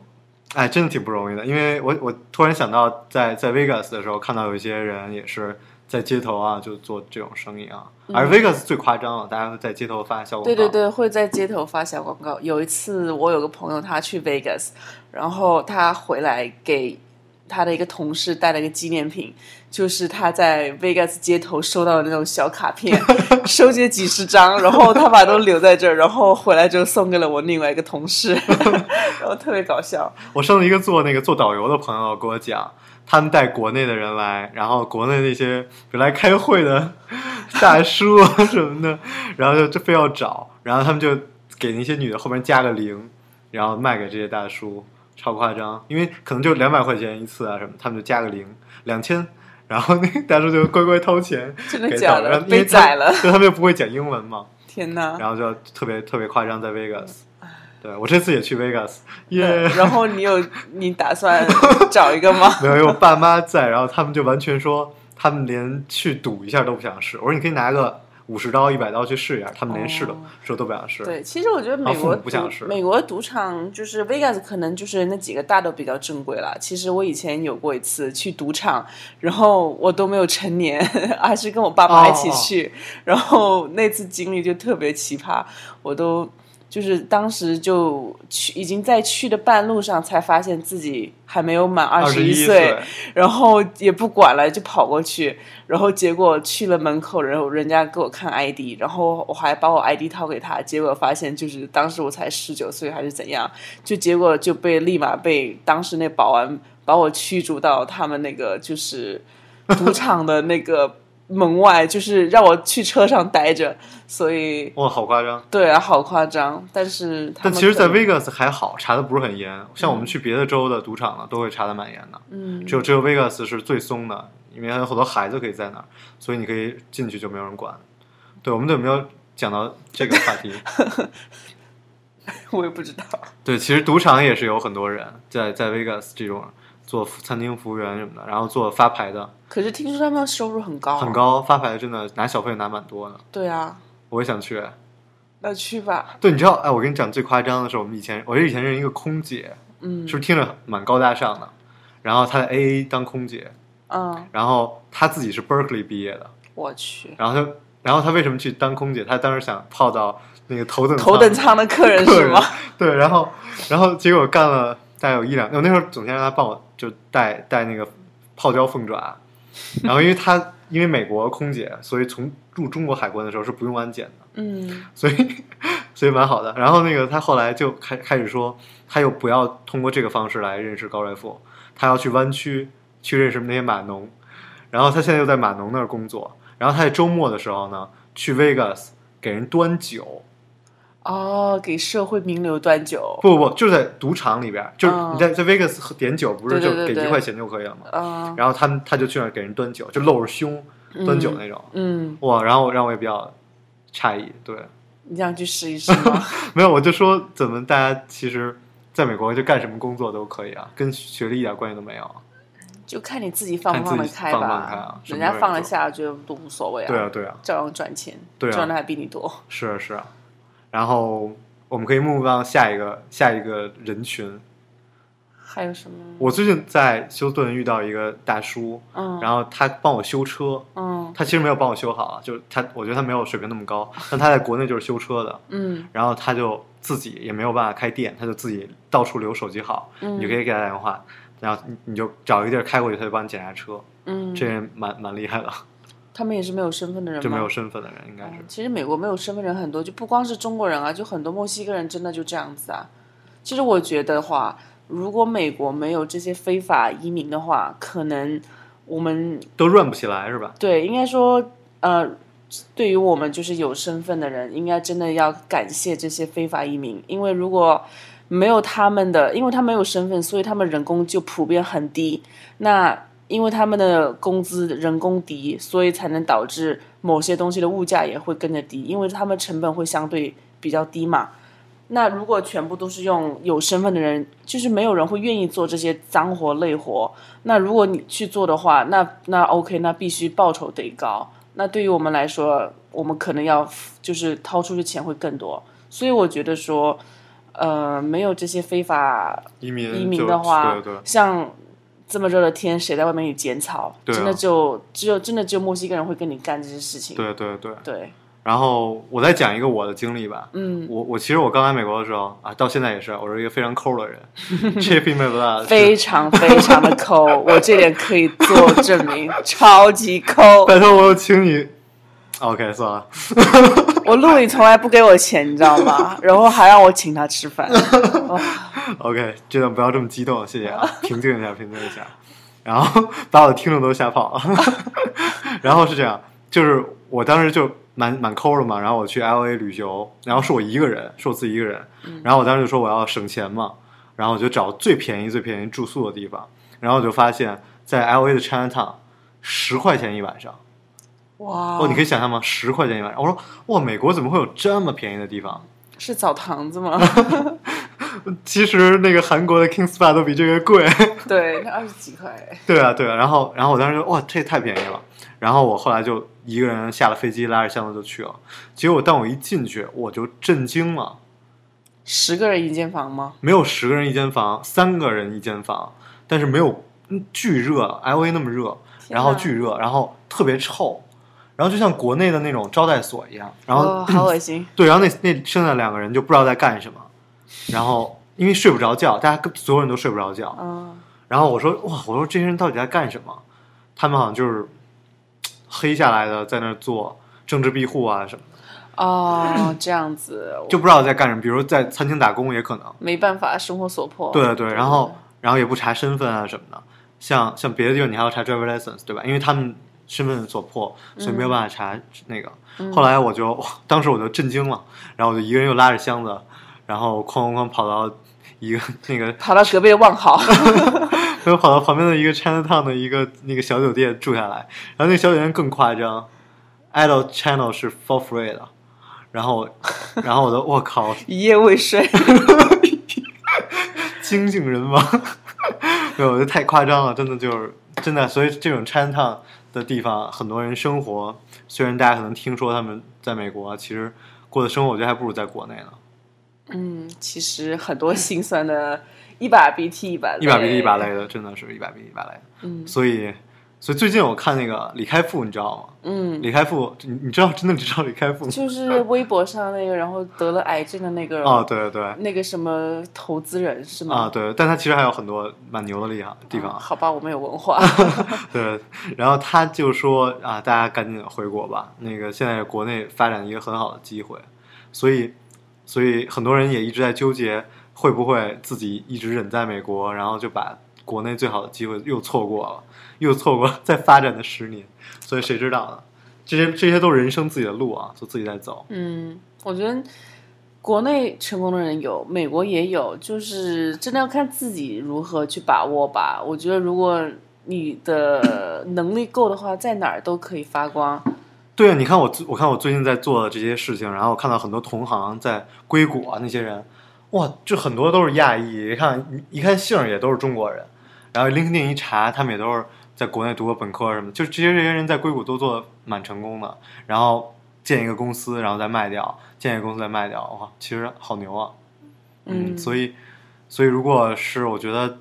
Speaker 1: 哎，真的挺不容易的，因为我我突然想到在，在 Vegas 的时候，看到有一些人也是在街头啊，就做这种生意啊，而 Vegas 最夸张了，大家会在街头发小广告，
Speaker 2: 嗯对对对，会在街头发小广告。有一次，我有个朋友他去 Vegas，然后他回来给他的一个同事带了一个纪念品，就是他在 Vegas 街头收到的那种小卡
Speaker 1: <laughs>
Speaker 2: 片，收集了几十张，然后他把都留在这儿，然后回来就送给了我另外一个
Speaker 1: <laughs>
Speaker 2: 同事，然后特别搞笑。
Speaker 1: 我上次一个做那个做导游的朋友跟我讲，他们带国内的人来，然后国内那些比如来开会的 <laughs> 大叔啊什么的，然后就就非要找，然后他们就给那些女的后面加个零，然后卖给这些大叔，超夸张，因为可能就两百块钱一次啊什么，他们就加个零，两千。然后那个大叔就乖乖掏钱给
Speaker 2: 真
Speaker 1: 导
Speaker 2: 的
Speaker 1: 游，
Speaker 2: 假的
Speaker 1: 然后因
Speaker 2: 被
Speaker 1: 为他
Speaker 2: 宰了
Speaker 1: 对他们又不会讲英文嘛，
Speaker 2: 天哪！
Speaker 1: 然后就特别特别夸张，在 Vegas。对我这次也去 Vegas，耶、
Speaker 2: 然后你有你
Speaker 1: <laughs>
Speaker 2: 打算找一个吗？
Speaker 1: 没有，因为我爸妈在，然后他们就完全说，他们连去赌一下都不想试。我说你可以拿个五十刀、一百刀去试一下，他们连试都、
Speaker 2: 哦
Speaker 1: 说都不想试。
Speaker 2: 对，其实我觉得美
Speaker 1: 啊父
Speaker 2: 国
Speaker 1: 母不想
Speaker 2: 赌
Speaker 1: 吃
Speaker 2: 美国赌场就是 Vegas，可能就是那几个大的比较正规了。其实我以前有过一次去赌场，然后我都没有成年， <laughs> 还是跟我爸妈一起
Speaker 1: 哦
Speaker 2: 去，然后那次经历就特别奇葩，我都。就是当时就去，已经在去的半路上才发现自己还没有满二十
Speaker 1: 一
Speaker 2: 一岁，然后也不管了，就跑过去，然后结果去了门口，然后人家给我看 ID，然后我还把我 ID 掏给他，结果发现就是当时我才十九岁还是怎样，就结果就被立马被当时那保安把我驱逐到他们那个就是
Speaker 1: <laughs>
Speaker 2: 赌场的那个门外，就是让我去车上待着，所以。
Speaker 1: 哇，好夸张！
Speaker 2: 对啊，好夸张！但是他
Speaker 1: 但
Speaker 2: 们
Speaker 1: 其实，
Speaker 2: 可
Speaker 1: 在
Speaker 2: 能
Speaker 1: Vegas 还好，查的不是很严。像我们去别的州的赌场呢，都会查的蛮严的。
Speaker 2: 嗯，
Speaker 1: 只有只有 Vegas 是最松的，因为还有好多孩子可以在那儿，所以你可以进去就没有人管。对，我们怎么没有讲到这个话题？
Speaker 2: <laughs> 我也不知道。
Speaker 1: 对，其实赌场也是有很多人在在 Vegas 这种做服餐厅服务员什么的，然后做发牌的，
Speaker 2: 可是听说他们收入很高，啊
Speaker 1: 很。高，发牌真的拿小费拿蛮多的。
Speaker 2: 对啊，
Speaker 1: 我也想去。
Speaker 2: 那去吧。
Speaker 1: 对，你知道，哎，我跟你讲最夸张的是，我们以前，我以前认识一个空姐，
Speaker 2: 嗯，
Speaker 1: 是不是听着蛮高大上的？然后她在 AA 当空姐，
Speaker 2: 嗯，
Speaker 1: 然后她自己是 Berkeley 毕业的，
Speaker 2: 我去，
Speaker 1: 然后她，然后她为什么去当空姐？她当时想泡到那个头等
Speaker 2: 头等舱的客人
Speaker 1: 客
Speaker 2: 是
Speaker 1: 人
Speaker 2: 吗？？
Speaker 1: <laughs> 对，然后然后结果干了大概有一两，我那时候总监让他帮我就带带那个泡椒凤爪，然后因为他因为美国空姐，所以从入中国海关的时候是不用安检的，
Speaker 2: 嗯，
Speaker 1: 所以 <laughs> 所以蛮好的。然后那个他后来就开开始说，他又不要通过这个方式来认识高来富，他要去湾区去认识那些码农，然后他现在又在码农那儿工作，然后他在周末的时候呢去 Vegas 给人端酒。
Speaker 2: 哦，给社会名流端酒，
Speaker 1: 不不不，就是在赌场里边儿，就是
Speaker 2: 嗯
Speaker 1: 你在在 Vegas 喝点酒，不是
Speaker 2: 对
Speaker 1: 就
Speaker 2: 对
Speaker 1: 给
Speaker 2: 对
Speaker 1: 一
Speaker 2: 对
Speaker 1: 块钱就可以了吗？
Speaker 2: 嗯
Speaker 1: 然后他们他就去那儿给人端酒，就露着胸端酒那种，
Speaker 2: 嗯，
Speaker 1: 哇！然后让我也比较诧异，对，
Speaker 2: 你想去试一试
Speaker 1: <laughs>
Speaker 2: 吗？
Speaker 1: 没有，我就说怎么大家其实在美国就干什么工作都可以啊，跟学历一点关系都没有。
Speaker 2: 就看你自己放不放得
Speaker 1: 看
Speaker 2: 开
Speaker 1: 自己放不放得开
Speaker 2: 吧
Speaker 1: 啊，什
Speaker 2: 人
Speaker 1: 么
Speaker 2: 家
Speaker 1: 都
Speaker 2: 放得
Speaker 1: 有
Speaker 2: 下就都无所谓
Speaker 1: 对啊，，对啊，
Speaker 2: 照样赚钱，
Speaker 1: 对啊
Speaker 2: 赚的还比你多。
Speaker 1: 是啊是啊。然后我们可以 move on 下一个下一个人群。
Speaker 2: 还有什么？
Speaker 1: 我最近在休斯顿遇到一个大叔，
Speaker 2: 嗯，
Speaker 1: 然后他帮我修车，
Speaker 2: 嗯
Speaker 1: 他其实没有帮我修好啊，就是他，我觉得他没有水平那么高，但他在国内就是修车的，
Speaker 2: 嗯
Speaker 1: 然后他就自己也没有办法开店，他就自己到处留手机号，
Speaker 2: 嗯
Speaker 1: 你就可以给他打电话，然后你你就找一个地儿开过去，他就帮你检查车，
Speaker 2: 嗯，
Speaker 1: 这人蛮蛮厉害的，
Speaker 2: 他们也是没有身份的人吗？
Speaker 1: 就没有身份的人应该是
Speaker 2: 嗯。其实美国没有身份人很多，就不光是中国人啊，就很多墨西哥人真的就这样子啊。其实我觉得话，如果美国没有这些非法移民的话，可能我们
Speaker 1: 都润不起来是吧？
Speaker 2: 对，应该说，呃，对于我们就是有身份的人，应该真的要感谢这些非法移民，因为如果没有他们的，因为他们没有身份，所以他们人工就普遍很低。那因为他们的工资人工低，所以才能导致某些东西的物价也会跟着低，因为他们成本会相对比较低嘛。那如果全部都是用有身份的人，就是没有人会愿意做这些脏活累活。那如果你去做的话，那那 OK，那必须报酬得高。那对于我们来说，我们可能要就是掏出去钱会更多。所以我觉得说，呃，没有这些非法
Speaker 1: 移民
Speaker 2: 移
Speaker 1: 移
Speaker 2: 民的话，
Speaker 1: 嗯对对，
Speaker 2: 像这么热的天，谁在外面里捡草？
Speaker 1: 对啊
Speaker 2: 真的就只有真的只有墨西哥人会跟你干这些事情。
Speaker 1: 对对对。
Speaker 2: 对
Speaker 1: 然后我再讲一个我的经历吧。
Speaker 2: 嗯，
Speaker 1: 我我其实我刚来美国的时候啊，到现在也是，我是一个非常抠的
Speaker 2: <laughs>
Speaker 1: 人，chippy my blood，
Speaker 2: 非常非常的
Speaker 1: <laughs>
Speaker 2: 抠，我这点可以做证明， <laughs> 超级抠。
Speaker 1: 拜托我有请你。OK，算了，
Speaker 2: 我陆里从来不给我钱，你知道吗？然后还让我请他吃饭。
Speaker 1: OK，这段不要这么激动，谢谢啊，平静一下，平静一下。然后 <laughs> 把我的听众都吓跑了。 <laughs> 然后是这样，就是我当时就蛮蛮抠的嘛，然后我去 LA 旅游，然后是我一个人，是我自己一个人。然后我当时就说我要省钱嘛，然后我就找最便宜最便宜住宿的地方，然后我就发现，在 LA 的 Chinatown 十块钱一晚上。
Speaker 2: 哇
Speaker 1: 哦，你可以想象吗？十块钱一晚上。我说哇，美国怎么会有这么便宜的地方？
Speaker 2: 是澡堂子吗？
Speaker 1: <laughs> 其实那个韩国的 King Spa 都比这个贵。
Speaker 2: 对，那二十几块。
Speaker 1: 对啊，对啊。然后，然后我当时就哇，这也太便宜了。然后我后来就一个人下了飞机，拉着箱子就去了。结果当我一进去，我就震惊了，
Speaker 2: 十个人一间房吗？
Speaker 1: 没有十个人一间房，三个人一间房，但是没有嗯巨热，L A 那么热，
Speaker 2: 天
Speaker 1: 然后
Speaker 2: 哪
Speaker 1: 巨热，然后特别臭，然后就像国内的那种招待所一样。然后、嗯
Speaker 2: 哦、好
Speaker 1: <laughs>
Speaker 2: 恶心。
Speaker 1: 对，然后那那剩下两个人就不知道在干什么，然后因为睡不着觉，大家跟所有人都睡不着觉。
Speaker 2: 嗯，
Speaker 1: 然后我说哇，我说这些人到底在干什么？他们好像就是嘖黑下来的，在那儿做政治庇护啊什么的，
Speaker 2: 哦，这样子
Speaker 1: 就不知道在干什么。比如在餐厅打工也可能，
Speaker 2: 没办法，生活所
Speaker 1: 哦
Speaker 2: 迫。
Speaker 1: 对对，然后然后也不查身份啊什么的。像像别的地方你还要查 driver license 对吧？因为他们身份所迫，所以没有办法查那个。后来我就哇 <laughs> 当时我就震惊了，然后我就一个人又拉着箱子，然后哐哐哐跑到一个 <laughs> 那个，
Speaker 2: 跑到隔壁的万豪， <laughs>
Speaker 1: 又跑到旁边的一个 Chinatown 的一个那个小酒店住下来。然后那个小酒店更夸张，Idol Channel 是 for free 的。然后， <laughs> 然后我都我靠，
Speaker 2: 一夜未睡。
Speaker 1: 精尽人亡。 <laughs> 没有，我觉得太夸张了，真的就是真的。所以这种 Chinatown 的地方，很多人生活，虽然大家可能听说他们在美国，其实过的生活，我觉得还不如在国内呢，
Speaker 2: 嗯，其实很多心酸的，一把鼻涕一把泪，
Speaker 1: 一把鼻涕一把泪的，真的是一把鼻涕一把泪的。
Speaker 2: 嗯
Speaker 1: 所以，所以最近我看那个李开复，你知道吗？
Speaker 2: 嗯，
Speaker 1: 李开复，你你知道真的你知道李开复吗？
Speaker 2: 就是微博上那个，然后得了癌症的那个，
Speaker 1: 哦，对对对，
Speaker 2: 那个什么投资人是吗？
Speaker 1: 啊对，但他其实还有很多蛮牛的厉害地方啊。
Speaker 2: 好吧，我没有
Speaker 1: <laughs>
Speaker 2: 文化。
Speaker 1: 对，然后他就说啊，大家赶紧回国吧，那个现在国内发展一个很好的机会，所以，所以很多人也一直在纠结会不会自己一直忍在美国，然后就把国内最好的机会又错过了，又错过了再发展的十年，所以谁知道呢？这些这些都是人生自己的路啊，就自己在走。
Speaker 2: 嗯，我觉得国内成功的人有，美国也有，就是真的要看自己如何去把握吧。我觉得如果你的能力够的话，在哪儿都可以发光。
Speaker 1: 对啊，你看我最，我看我最近在做的这些事情，然后我看到很多同行在硅谷啊那些人，哇，就很多都是亚裔，一看一看姓儿也都是中国人，然后 LinkedIn 一查，他们也都是在国内读过本科什么，就这些这些人在硅谷都做得蛮成功的，然后建一个公司，然后再卖掉，建一个公司再卖掉，哇，其实好牛啊，
Speaker 2: 嗯，
Speaker 1: 所以所以如果是我觉得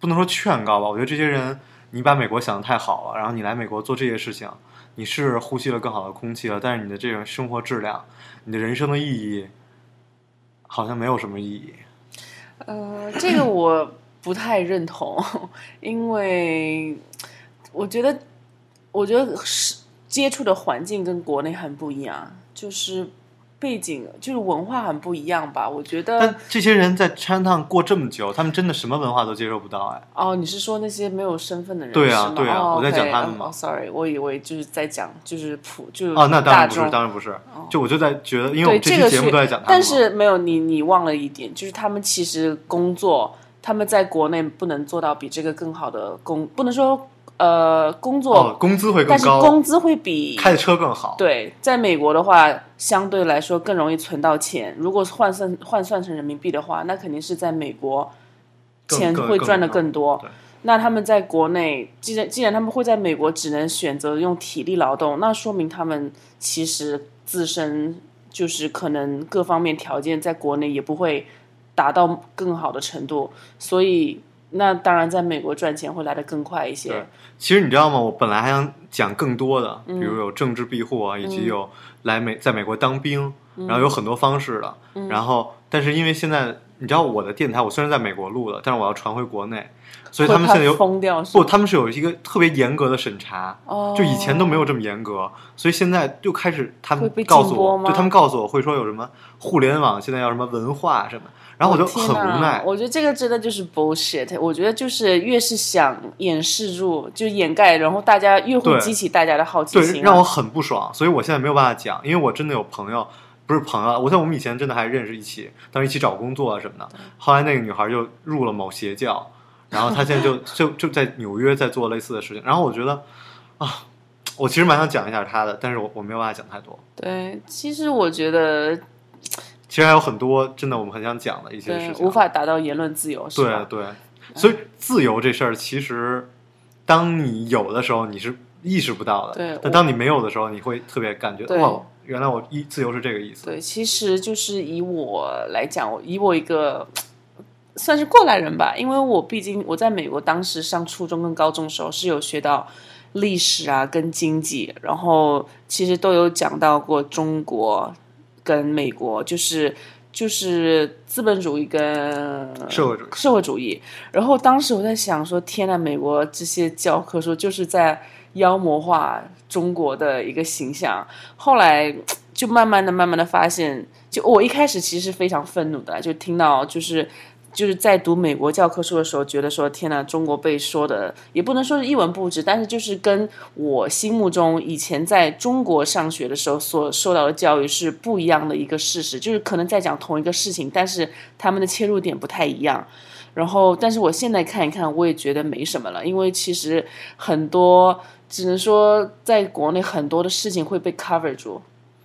Speaker 1: 不能说劝告吧，我觉得这些人你把美国想的太好了，然后你来美国做这些事情，你是呼吸了更好的空气了，但是你的这种生活质量，你的人生的意义，好像没有什么意义。
Speaker 2: 呃，这个我不太认同，因为我觉得，我觉得是接触的环境跟国内很不一样，就是背景就是文化很不一样吧？我觉
Speaker 1: 但
Speaker 2: 得
Speaker 1: 这些人在 Chinatown 过这么久，他们真的什么文化都接受不到哎。
Speaker 2: 哦，你是说那些没有身份的人？
Speaker 1: 对啊
Speaker 2: 是吗
Speaker 1: 对啊
Speaker 2: 哦
Speaker 1: 我在讲
Speaker 2: OK，
Speaker 1: 他们
Speaker 2: 嗯
Speaker 1: 嘛
Speaker 2: 哦，sorry，我以为就是在讲就是普就是
Speaker 1: 哦，那当
Speaker 2: 大
Speaker 1: 然不
Speaker 2: 众哦
Speaker 1: 是，当然不是。就我就在觉得，因为我
Speaker 2: 对
Speaker 1: 们这
Speaker 2: 这
Speaker 1: 期
Speaker 2: 个
Speaker 1: 节目
Speaker 2: 是
Speaker 1: 都在讲他们嘛，
Speaker 2: 但是没有你，你忘了一点，就是他们其实工作，他们在国内不能做到比这个更好的工，不能说呃工作，
Speaker 1: 哦，工资会更
Speaker 2: 但是
Speaker 1: 高，
Speaker 2: 工资会比
Speaker 1: 开的车更好。
Speaker 2: 对，在美国的话，相对来说更容易存到钱。如果换算换算成人民币的话，那肯定是在美国
Speaker 1: 更
Speaker 2: 钱
Speaker 1: 更
Speaker 2: 会赚的
Speaker 1: 更
Speaker 2: 更多。
Speaker 1: 对
Speaker 2: 那他们在国内，既然既然他们会在美国只能选择用体力劳动，那说明他们其实自身就是可能各方面条件在国内也不会达到更好的程度，所以那当然在美国赚钱会来的更快一
Speaker 1: 对
Speaker 2: 些。
Speaker 1: 其实你知道吗？我本来还想讲更多的，
Speaker 2: 嗯
Speaker 1: 比如有政治庇护啊，以及有来美在美国当兵，
Speaker 2: 嗯
Speaker 1: 然后有很多方式的。然后，但是因为现在你知道我的电台，我虽然在美国录了，但是我要传回国内，所以他们
Speaker 2: 会怕
Speaker 1: 现在有
Speaker 2: 疯掉啊是
Speaker 1: 不，
Speaker 2: 吗
Speaker 1: 他们是有一个特别严格的审查，
Speaker 2: 哦
Speaker 1: 就以前都没有这么严格，所以现在就开始他
Speaker 2: 会
Speaker 1: 们
Speaker 2: 被
Speaker 1: 告
Speaker 2: 禁
Speaker 1: 诉
Speaker 2: 播
Speaker 1: 我，
Speaker 2: 吗
Speaker 1: 对他们告诉我会说有什么互联网现在要什么文化什么，然后我就
Speaker 2: 天
Speaker 1: 很
Speaker 2: 呐
Speaker 1: 无奈。
Speaker 2: 我觉得这个真的就是 bullshit。我觉得就是越是想掩饰住，就掩盖，然后大家越会
Speaker 1: 对
Speaker 2: 激起大家的好奇心啊、
Speaker 1: 对，让我很不爽，所以我现在没有办法讲，因为我真的有朋友，不是朋友啊，我像我们以前真的还认识一起，当时一起找工作啊什么的。后来那个女孩就入了某邪教，然后她现在
Speaker 2: <laughs>
Speaker 1: 就就就在纽约在做类似的事情。然后我觉得啊，我其实蛮想讲一下她的，但是我我没有办法讲太多。
Speaker 2: 对，其实我觉得
Speaker 1: 其实还有很多真的我们很想讲的一些
Speaker 2: 对
Speaker 1: 事情，
Speaker 2: 无法达到言论自由，是
Speaker 1: 对
Speaker 2: 吧？
Speaker 1: 对，所以自由这事儿，其实当你有的时候，你是意识不到的；
Speaker 2: 对
Speaker 1: 但
Speaker 2: 我
Speaker 1: 当你没有的时候，你会特别感觉
Speaker 2: 对
Speaker 1: 哦，原来我一自由是这个意思。
Speaker 2: 对其实就是以我来讲，我以我一个。算是过来人吧，因为我毕竟我在美国当时上初中跟高中的时候是有学到历史啊跟经济，然后其实都有讲到过中国跟美国，就是就是资本主义跟
Speaker 1: 社会主义
Speaker 2: 社会主义。然后当时我在想说，天呐，美国这些教科书就是在妖魔化中国的一个形象。后来就慢慢的、慢慢的发现，就我一开始其实非常愤怒的，就听到就是。就是在读美国教科书的时候，觉得说天呐，中国被说的也不能说是一文不值，但是就是跟我心目中以前在中国上学的时候所受到的教育是不一样的一个事实，就是可能在讲同一个事情，但是他们的切入点不太一样。然后，但是我现在看一看，我也觉得没什么了，因为其实很多只能说在国内很多的事情会被 cover 住，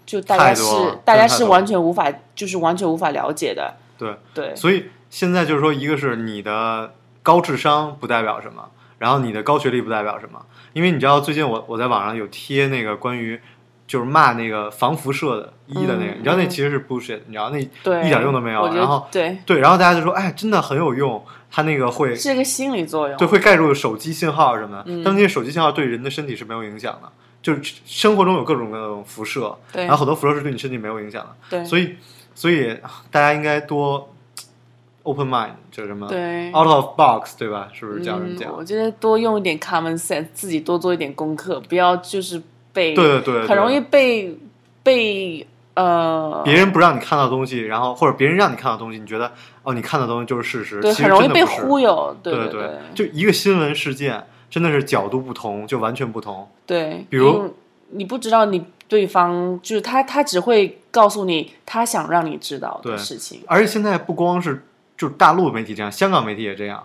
Speaker 2: 就大家
Speaker 1: 太
Speaker 2: 是
Speaker 1: 多了
Speaker 2: 大家
Speaker 1: 真的太
Speaker 2: 是
Speaker 1: 多
Speaker 2: 完全无法，就是完全无法了解的，
Speaker 1: 对，
Speaker 2: 对。
Speaker 1: 所以现在就是说，一个是你的高智商不代表什么，然后你的高学历不代表什么，因为你知道最近我我在网上有贴那个关于。就是骂那个防辐射的一的那个，
Speaker 2: 嗯
Speaker 1: 你知道那
Speaker 2: 嗯
Speaker 1: 其实是 bullshit，你知道那
Speaker 2: 对，
Speaker 1: 一点用都没
Speaker 2: 我
Speaker 1: 有。啊
Speaker 2: 觉得
Speaker 1: 然后
Speaker 2: 对，
Speaker 1: 对，然后大家就说，哎，真的很有用，它那个会
Speaker 2: 是一个嗯心理作用。
Speaker 1: 对，会盖住手机信号什么的。但那些手机信号对人的身体是没有影响的，就是生活中有各种各种辐射，
Speaker 2: 对
Speaker 1: 然后很多辐射是对你身体没有影响的。
Speaker 2: 对，
Speaker 1: 所以，所以啊大家应该多 open mind，就是什么
Speaker 2: 对
Speaker 1: out of box，对吧？是不是叫人
Speaker 2: 嗯
Speaker 1: 讲？，
Speaker 2: 我觉得多用一点 common sense，自己多做一点功课，不要就是被
Speaker 1: 对对对，对
Speaker 2: 很容易被被呃
Speaker 1: 别人不让你看到的东西，然后或者别人让你看到的东西，你觉得哦，你看到的东西就是事实，
Speaker 2: 对，
Speaker 1: 其实
Speaker 2: 很容易
Speaker 1: 真的
Speaker 2: 被
Speaker 1: 不是
Speaker 2: 忽悠。对
Speaker 1: 对
Speaker 2: 对对
Speaker 1: 就一个新闻事件，真的是角度不同，就完全不同。
Speaker 2: 对，
Speaker 1: 比如
Speaker 2: 因为你不知道你对方就是他，他只会告诉你他想让你知道
Speaker 1: 对
Speaker 2: 的事情。
Speaker 1: 而且现在不光是就是大陆媒体这样，香港媒体也这样。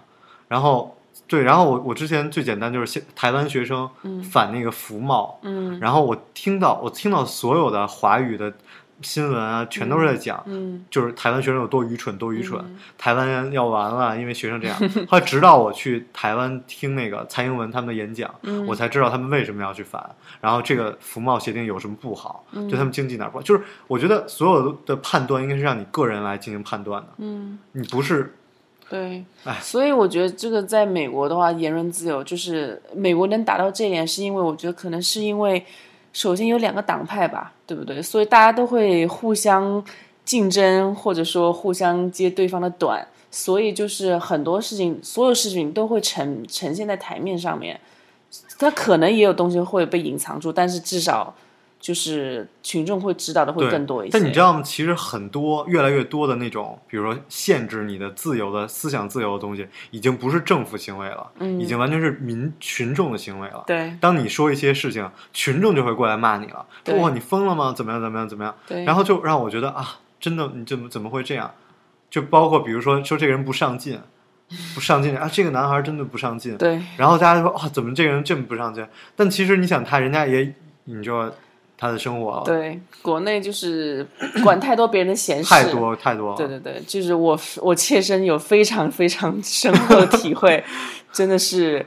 Speaker 1: 然后对，然后我我之前最简单就是现台湾学生反那个服贸，
Speaker 2: 嗯
Speaker 1: 然后我听到我听到所有的华语的新闻啊，全都是在讲。
Speaker 2: 嗯，
Speaker 1: 就是台湾学生有多愚蠢，多愚蠢，台湾要完了，因为学生这样。后来直到我去台湾听那个蔡英文他们的演讲，
Speaker 2: 嗯
Speaker 1: 我才知道他们为什么要去反，然后这个服贸协定有什么不好，
Speaker 2: 嗯
Speaker 1: 对他们经济哪儿不好。就是我觉得所有的判断应该是让你个人来进行判断的，
Speaker 2: 嗯，
Speaker 1: 你不是
Speaker 2: 对
Speaker 1: 唉，
Speaker 2: 所以我觉得这个在美国的话，言论自由就是美国能达到这一点，是因为我觉得可能是因为首先有两个党派吧，对不对？所以大家都会互相竞争，或者说互相揭对方的短，所以就是很多事情，所有事情都会呈呈现在台面上面。它可能也有东西会被隐藏住，但是至少就是群众会知道的会
Speaker 1: 对，
Speaker 2: 更多一些。
Speaker 1: 但你知道吗？其实很多越来越多的那种，比如说限制你的自由的思想自由的东西，已经不是政府行为了，
Speaker 2: 嗯
Speaker 1: 已经完全是民群众的行为了。
Speaker 2: 对
Speaker 1: 当你说一些事情，群众就会过来骂你了，
Speaker 2: 对
Speaker 1: 说哇你疯了吗？怎么样怎么样怎么样？
Speaker 2: 对，
Speaker 1: 然后就让我觉得啊，真的你怎么怎么会这样？就包括比如说说这个人不上
Speaker 2: <laughs>
Speaker 1: 进，不上进啊，这个男孩真的不上进。
Speaker 2: 对
Speaker 1: 然后大家就说啊、怎么这个人这么不上进？但其实你想他，人家也你知道他的生活了，
Speaker 2: 对，国内就是管太多别人的闲事，
Speaker 1: 太多太多了。
Speaker 2: 对对对，就是我我切身有非常非常深刻的体会， <laughs> 真的是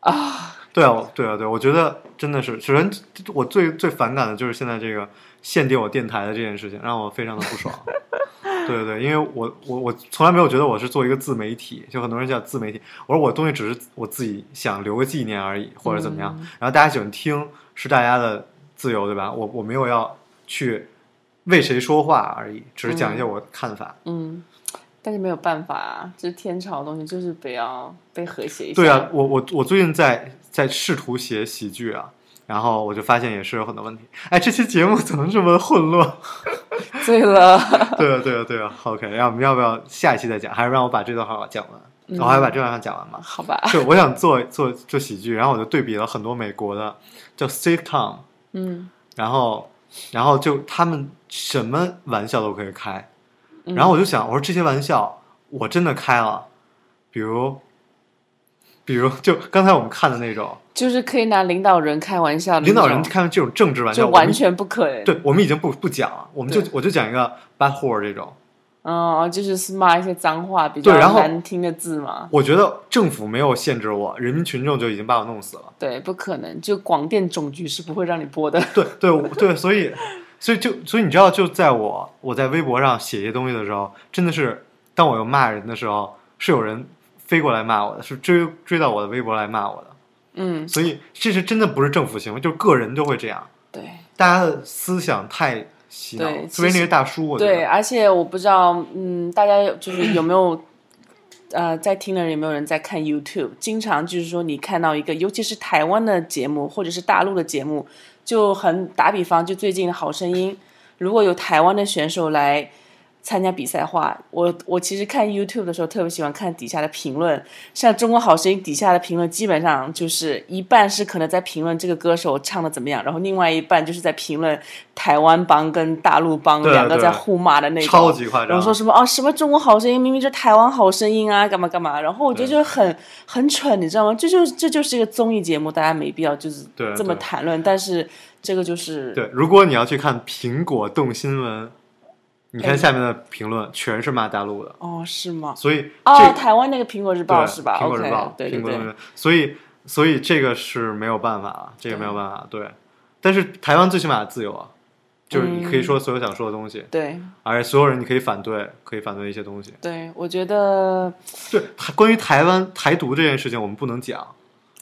Speaker 2: 啊，
Speaker 1: 对啊，我对啊，对，我觉得真的是，首先我最最反感的就是现在这个限定我电台的这件事情，让我非常的不爽。对对对，因为我我我从来没有觉得我是做一个自媒体，就很多人叫自媒体，我说我东西只是我自己想留个纪念而已，或者怎么样。然后大家喜欢听是大家的自由，对吧？我我没有要去为谁说话而已，只是讲一下我的看法。
Speaker 2: 嗯，但是没有办法啊，这天朝的东西就是得要被和谐一下。
Speaker 1: 对啊，，我我我最近在在试图写喜剧啊，然后我就发现也是有很多问题。哎，这期节目怎么这么混乱？ <laughs>
Speaker 2: 醉了，
Speaker 1: 对啊，对啊，对啊。OK，让我们要不要下一期再讲？还是让我把这段话讲完？
Speaker 2: 嗯
Speaker 1: 我还要把这段话讲完吗？
Speaker 2: 好吧，
Speaker 1: <laughs> 对，我想做做做喜剧，然后我就对比了很多美国的叫 sitcom，
Speaker 2: 嗯，
Speaker 1: 然后然后就他们什么玩笑都可以开，
Speaker 2: 嗯
Speaker 1: 然后我就想，我说这些玩笑我真的开了，比如比如就刚才我们看的那种。
Speaker 2: 就是可以拿领导人开玩笑的那
Speaker 1: 领
Speaker 2: 种，
Speaker 1: 导人看这种政治玩笑，
Speaker 2: 就
Speaker 1: 我们
Speaker 2: 完全不可能。，
Speaker 1: 对我们已经不不讲了，我们就
Speaker 2: 对
Speaker 1: 我就讲一个 bad word 这种。
Speaker 2: 嗯，就是骂一些脏话比较
Speaker 1: 对然后
Speaker 2: 难听的字嘛，
Speaker 1: 我觉得政府没有限制我，人民群众就已经把我弄死了。
Speaker 2: 对，不可能，就广电总局是不会让你播的。
Speaker 1: 对对我对，所以所以就所以你知道，就在我我在微博上写一些东西的时候，真的是当我有骂人的时候，是有人飞过来骂我的，是追追到我的微博来骂我的。
Speaker 2: 嗯，
Speaker 1: 所以这是真的不是政府行为，就是个人就会这样，
Speaker 2: 对。
Speaker 1: 大家的思想太洗脑
Speaker 2: 对
Speaker 1: 了，特别
Speaker 2: 其
Speaker 1: 那
Speaker 2: 实
Speaker 1: 个大叔，我觉
Speaker 2: 对，啊
Speaker 1: 得
Speaker 2: 而且我不知道，嗯，大家有就是有没有，呃，在听的人有没有人在看 YouTube？经常就是说，你看到一个，尤其是台湾的节目或者是大陆的节目，就很打比方，就最近的《好声音》，如果有台湾的选手来。参加比赛的话，我我其实看 YouTube 的时候特别喜欢看底下的评论，像《中国好声音》底下的评论，基本上就是一半是可能在评论这个歌手唱的怎么样，然后另外一半就是在评论台湾帮跟大陆帮
Speaker 1: 对
Speaker 2: 两个
Speaker 1: 对
Speaker 2: 在互骂的那种，
Speaker 1: 超级夸
Speaker 2: 然
Speaker 1: 张
Speaker 2: 后。说什么哦，什么中国好声音，明明就是台湾好声音啊，干嘛干嘛。然后我觉得
Speaker 1: 对
Speaker 2: 就是很很蠢，你知道吗？这就是这就是一个综艺节目，大家没必要就是
Speaker 1: 对
Speaker 2: 这么
Speaker 1: 对
Speaker 2: 谈论。但是这个就是
Speaker 1: 对，如果你要去看苹果动新闻，你
Speaker 2: 哎
Speaker 1: 看下面的评论全是骂大陆的，
Speaker 2: 哦，是吗？
Speaker 1: 所以这、
Speaker 2: 哦，台湾那个苹果日报
Speaker 1: 对
Speaker 2: 是吧
Speaker 1: 苹果日报
Speaker 2: ？OK，，对对
Speaker 1: 苹果日
Speaker 2: 对
Speaker 1: 报，所以所以这个是没有办法啊，这个没有办法，对。但是台湾最起码自由啊，就是你
Speaker 2: 嗯
Speaker 1: 可以说所有想说的东西，
Speaker 2: 对
Speaker 1: 而且所有人你可以反对，可以反对一些东西。
Speaker 2: 对，我觉得
Speaker 1: 对，台关于台湾台独这件事情，我们不能讲，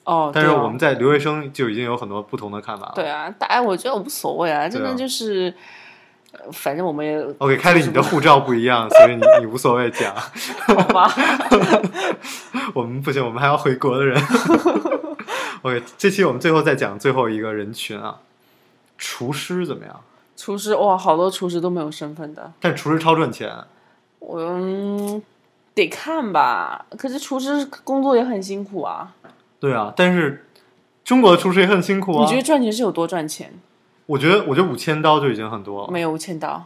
Speaker 2: 哦，
Speaker 1: 但是
Speaker 2: 对哦
Speaker 1: 我们在留学生就已经有很多不同的看法了。
Speaker 2: 对啊，大家我觉得无所谓啊，真的
Speaker 1: 对啊
Speaker 2: 就是，呃反正我们也
Speaker 1: OK，凯莉，你的护照不一样，所以你你无所谓讲。
Speaker 2: 好吧，
Speaker 1: <laughs> 我们不行，我们还要回国的人。OK，这期我们最后再讲最后一个人群啊，厨师怎么样？
Speaker 2: <laughs> 厨师哇，好多厨师都没有身份的。
Speaker 1: 但厨师超赚钱，
Speaker 2: 我嗯得看吧，可是厨师工作也很辛苦啊。
Speaker 1: 对啊，但是中国的厨师也很辛苦啊。
Speaker 2: 你觉得赚钱是有多赚钱？
Speaker 1: 我觉得，我觉得五千刀就已经很多了。
Speaker 2: 没有五千刀。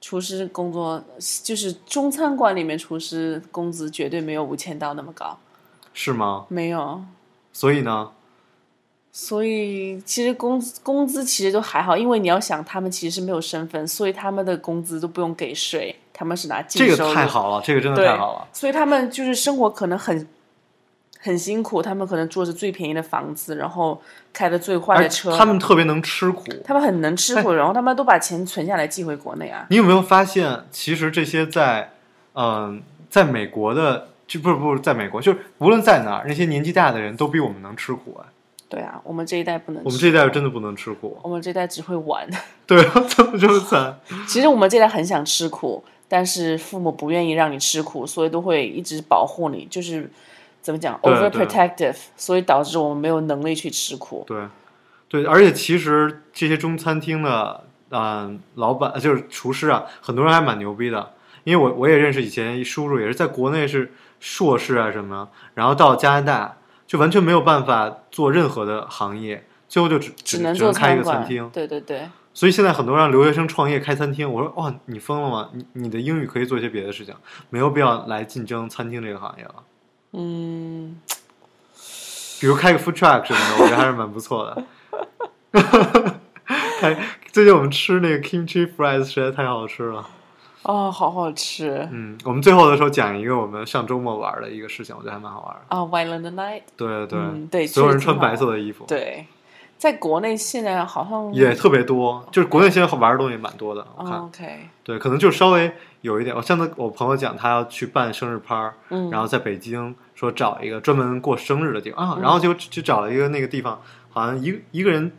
Speaker 2: 厨师工作就是中餐馆里面，厨师工资绝对没有五千刀那么高，
Speaker 1: 是吗？
Speaker 2: 没有。
Speaker 1: 所以呢，
Speaker 2: 所以其实工资工资其实都还好，因为你要想他们其实是没有身份，所以他们的工资都不用给税，他们是拿净
Speaker 1: 这个
Speaker 2: 收入
Speaker 1: 太好了，这个真的
Speaker 2: 对
Speaker 1: 太好了。
Speaker 2: 所以他们就是生活可能很很辛苦，他们可能住的是最便宜的房子，然后开的最坏
Speaker 1: 而
Speaker 2: 的车，
Speaker 1: 他们哎特别能吃苦。
Speaker 2: 他们很能吃苦，然后他们都把钱存下来寄回国内啊。
Speaker 1: 你有没有发现，其实这些在，嗯、在美国的，就不是不是在美国，就是无论在哪儿，那些年纪大的人都比我们能吃苦啊。
Speaker 2: 对啊，我们这一代不能吃，
Speaker 1: 我们这一代真的不能吃苦。
Speaker 2: 我们这一代只会玩。 <laughs>
Speaker 1: <laughs> 对啊，怎么这么惨？
Speaker 2: 其实我们这一代很想吃苦，但是父母不愿意让你吃苦，所以都会一直保护你，就是怎么讲
Speaker 1: 对对啊
Speaker 2: overprotective，所以导致我们没有能力去吃苦。
Speaker 1: 对，对，而且其实这些中餐厅的，嗯、老板就是厨师啊，很多人还蛮牛逼的。因为我我也认识以前一叔叔，也是在国内是硕士啊什么，然后到加拿大就完全没有办法做任何的行业，最后就只只
Speaker 2: 只能
Speaker 1: 只能
Speaker 2: 做
Speaker 1: 开一
Speaker 2: 餐
Speaker 1: 个餐
Speaker 2: 馆。
Speaker 1: 厅。
Speaker 2: 对对对，
Speaker 1: 所以现在很多让留学生创业开餐厅，我说哇，你疯了吗？你你的英语可以做一些别的事情，没有必要来竞争餐厅这个行业了。
Speaker 2: 嗯，
Speaker 1: 比如开个 food truck 什么的，我觉得还是蛮不错的。 <laughs> 开最近我们吃那个 kimchi fries 实在太好吃了。
Speaker 2: 哦，好好吃
Speaker 1: 嗯，我们最后的时候讲一个我们上周末玩的一个事情，我觉得还蛮好玩的。
Speaker 2: 啊，Violent Night。
Speaker 1: 对对对，
Speaker 2: 嗯对
Speaker 1: 所有人
Speaker 2: 确实
Speaker 1: 穿
Speaker 2: 挺好玩
Speaker 1: 白色的衣服，，
Speaker 2: 对，在国内现在好像
Speaker 1: 也特别多。就是国内现在玩的东西蛮多的，我看。
Speaker 2: 哦 OK，
Speaker 1: 对，可能就稍微有一点。我上次我朋友讲他要去办生日趴儿，
Speaker 2: 嗯，
Speaker 1: 然后在北京说找一个专门过生日的地方啊，然后就就找了一个那个地方，好像一一个人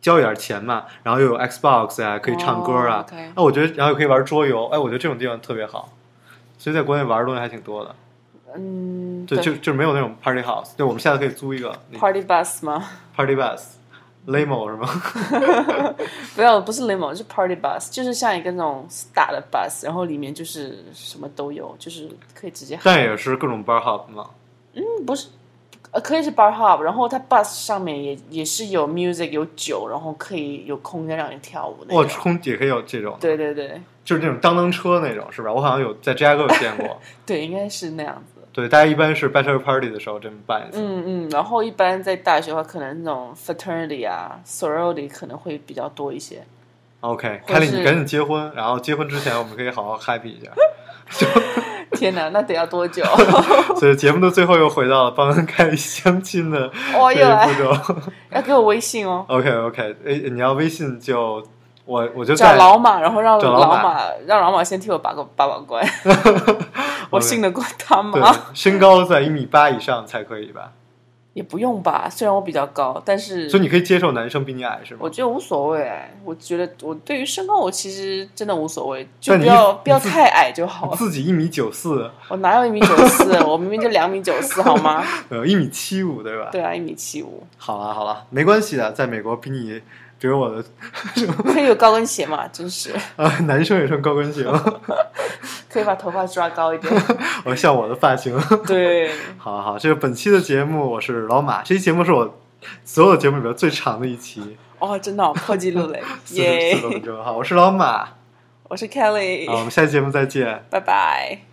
Speaker 1: 交一点钱嘛，然后又有 Xbox 啊，可以唱歌啊
Speaker 2: 哦，，OK
Speaker 1: 啊，我觉得然后又可以玩桌游，哎，我觉得这种地方特别好，所以在国内玩的东西还挺多的，
Speaker 2: 嗯，
Speaker 1: 对，就就没有那种 party house，对，我们下次可以租一个那个
Speaker 2: Party Bus 吗？
Speaker 1: party bus，limo 是吗？ <laughs>
Speaker 2: 不要，不是 limo，是 party bus，就是像一个那种大的 bus，然后里面就是什么都有，就是可以直接喊。
Speaker 1: 但也是各种 bar hop 嘛，
Speaker 2: 嗯，不是，呃，可以是 bar hop，然后它 bus 上面也也是有 music 有酒，然后可以有空间让你跳舞那
Speaker 1: 我
Speaker 2: 种。
Speaker 1: 哦空也可以有这种，
Speaker 2: 对对对
Speaker 1: 就是那种当当车那种是吧？我好像有在芝加哥有见
Speaker 2: <laughs>
Speaker 1: 过，
Speaker 2: 对，应该是那样子。
Speaker 1: 对，大家一般是 bachelor party 的时候这么办一次。
Speaker 2: 嗯嗯，然后一般在大学的话，可能那种 fraternity 啊、sorority 可能会比较多一些。
Speaker 1: OK，
Speaker 2: 或
Speaker 1: 凯
Speaker 2: 者
Speaker 1: 丽，
Speaker 2: 是
Speaker 1: 你赶紧结婚，然后结婚之前我们可以好好 happy 一下。
Speaker 2: 天哪，那得要多
Speaker 1: <laughs>
Speaker 2: 久？哦
Speaker 1: 所以节目的最后又回到了帮 <laughs> 凯丽相亲的
Speaker 2: 哦，
Speaker 1: 这
Speaker 2: 又
Speaker 1: 一步
Speaker 2: 来，
Speaker 1: 骤。
Speaker 2: 要给我微信哦。
Speaker 1: OK OK，哎，你要微信就我我就
Speaker 2: 找
Speaker 1: 在
Speaker 2: 老马，然后让
Speaker 1: 找
Speaker 2: 老
Speaker 1: 老马
Speaker 2: 让老马先替我把个把把
Speaker 1: <laughs>
Speaker 2: 关， <laughs> 我信得过他
Speaker 1: 对
Speaker 2: 吗？
Speaker 1: 身高在一米八以上才可以吧？
Speaker 2: 也不用吧，虽然我比较高，但是
Speaker 1: 所以你可以接受男生比你矮是吗
Speaker 2: 我？觉得无所谓。我觉得我对于身高，我其实真的无所谓，就
Speaker 1: 但
Speaker 2: 不
Speaker 1: 你
Speaker 2: 要
Speaker 1: 你
Speaker 2: 不要
Speaker 1: 自己
Speaker 2: 太矮就好
Speaker 1: 你
Speaker 2: 了。
Speaker 1: 自己一米九四，
Speaker 2: 我哪有一米九四？啊我明明就两米九四，好吗？
Speaker 1: 呃，一米七五对吧？
Speaker 2: 对啊，一米七五，
Speaker 1: 好了好了，没关系的，在美国比你，比如我的
Speaker 2: 可以有高跟鞋嘛？真是
Speaker 1: 啊， <laughs> 男生也穿高跟鞋吗， <laughs>
Speaker 2: 可以把头发抓高一点。
Speaker 1: 我像我的发型。 <laughs>
Speaker 2: 对，
Speaker 1: 好好，这个本期的节目我是老马，这期节目是我所有节目里边最长的一期，
Speaker 2: 哦，真的、哦、破纪录嘞！
Speaker 1: <laughs> 四十
Speaker 2: 耶
Speaker 1: 四！分钟。好，我是老马，
Speaker 2: 我是
Speaker 1: 好，我 Oh,
Speaker 2: Kelly，
Speaker 1: 们下期节目再见。
Speaker 2: 拜拜。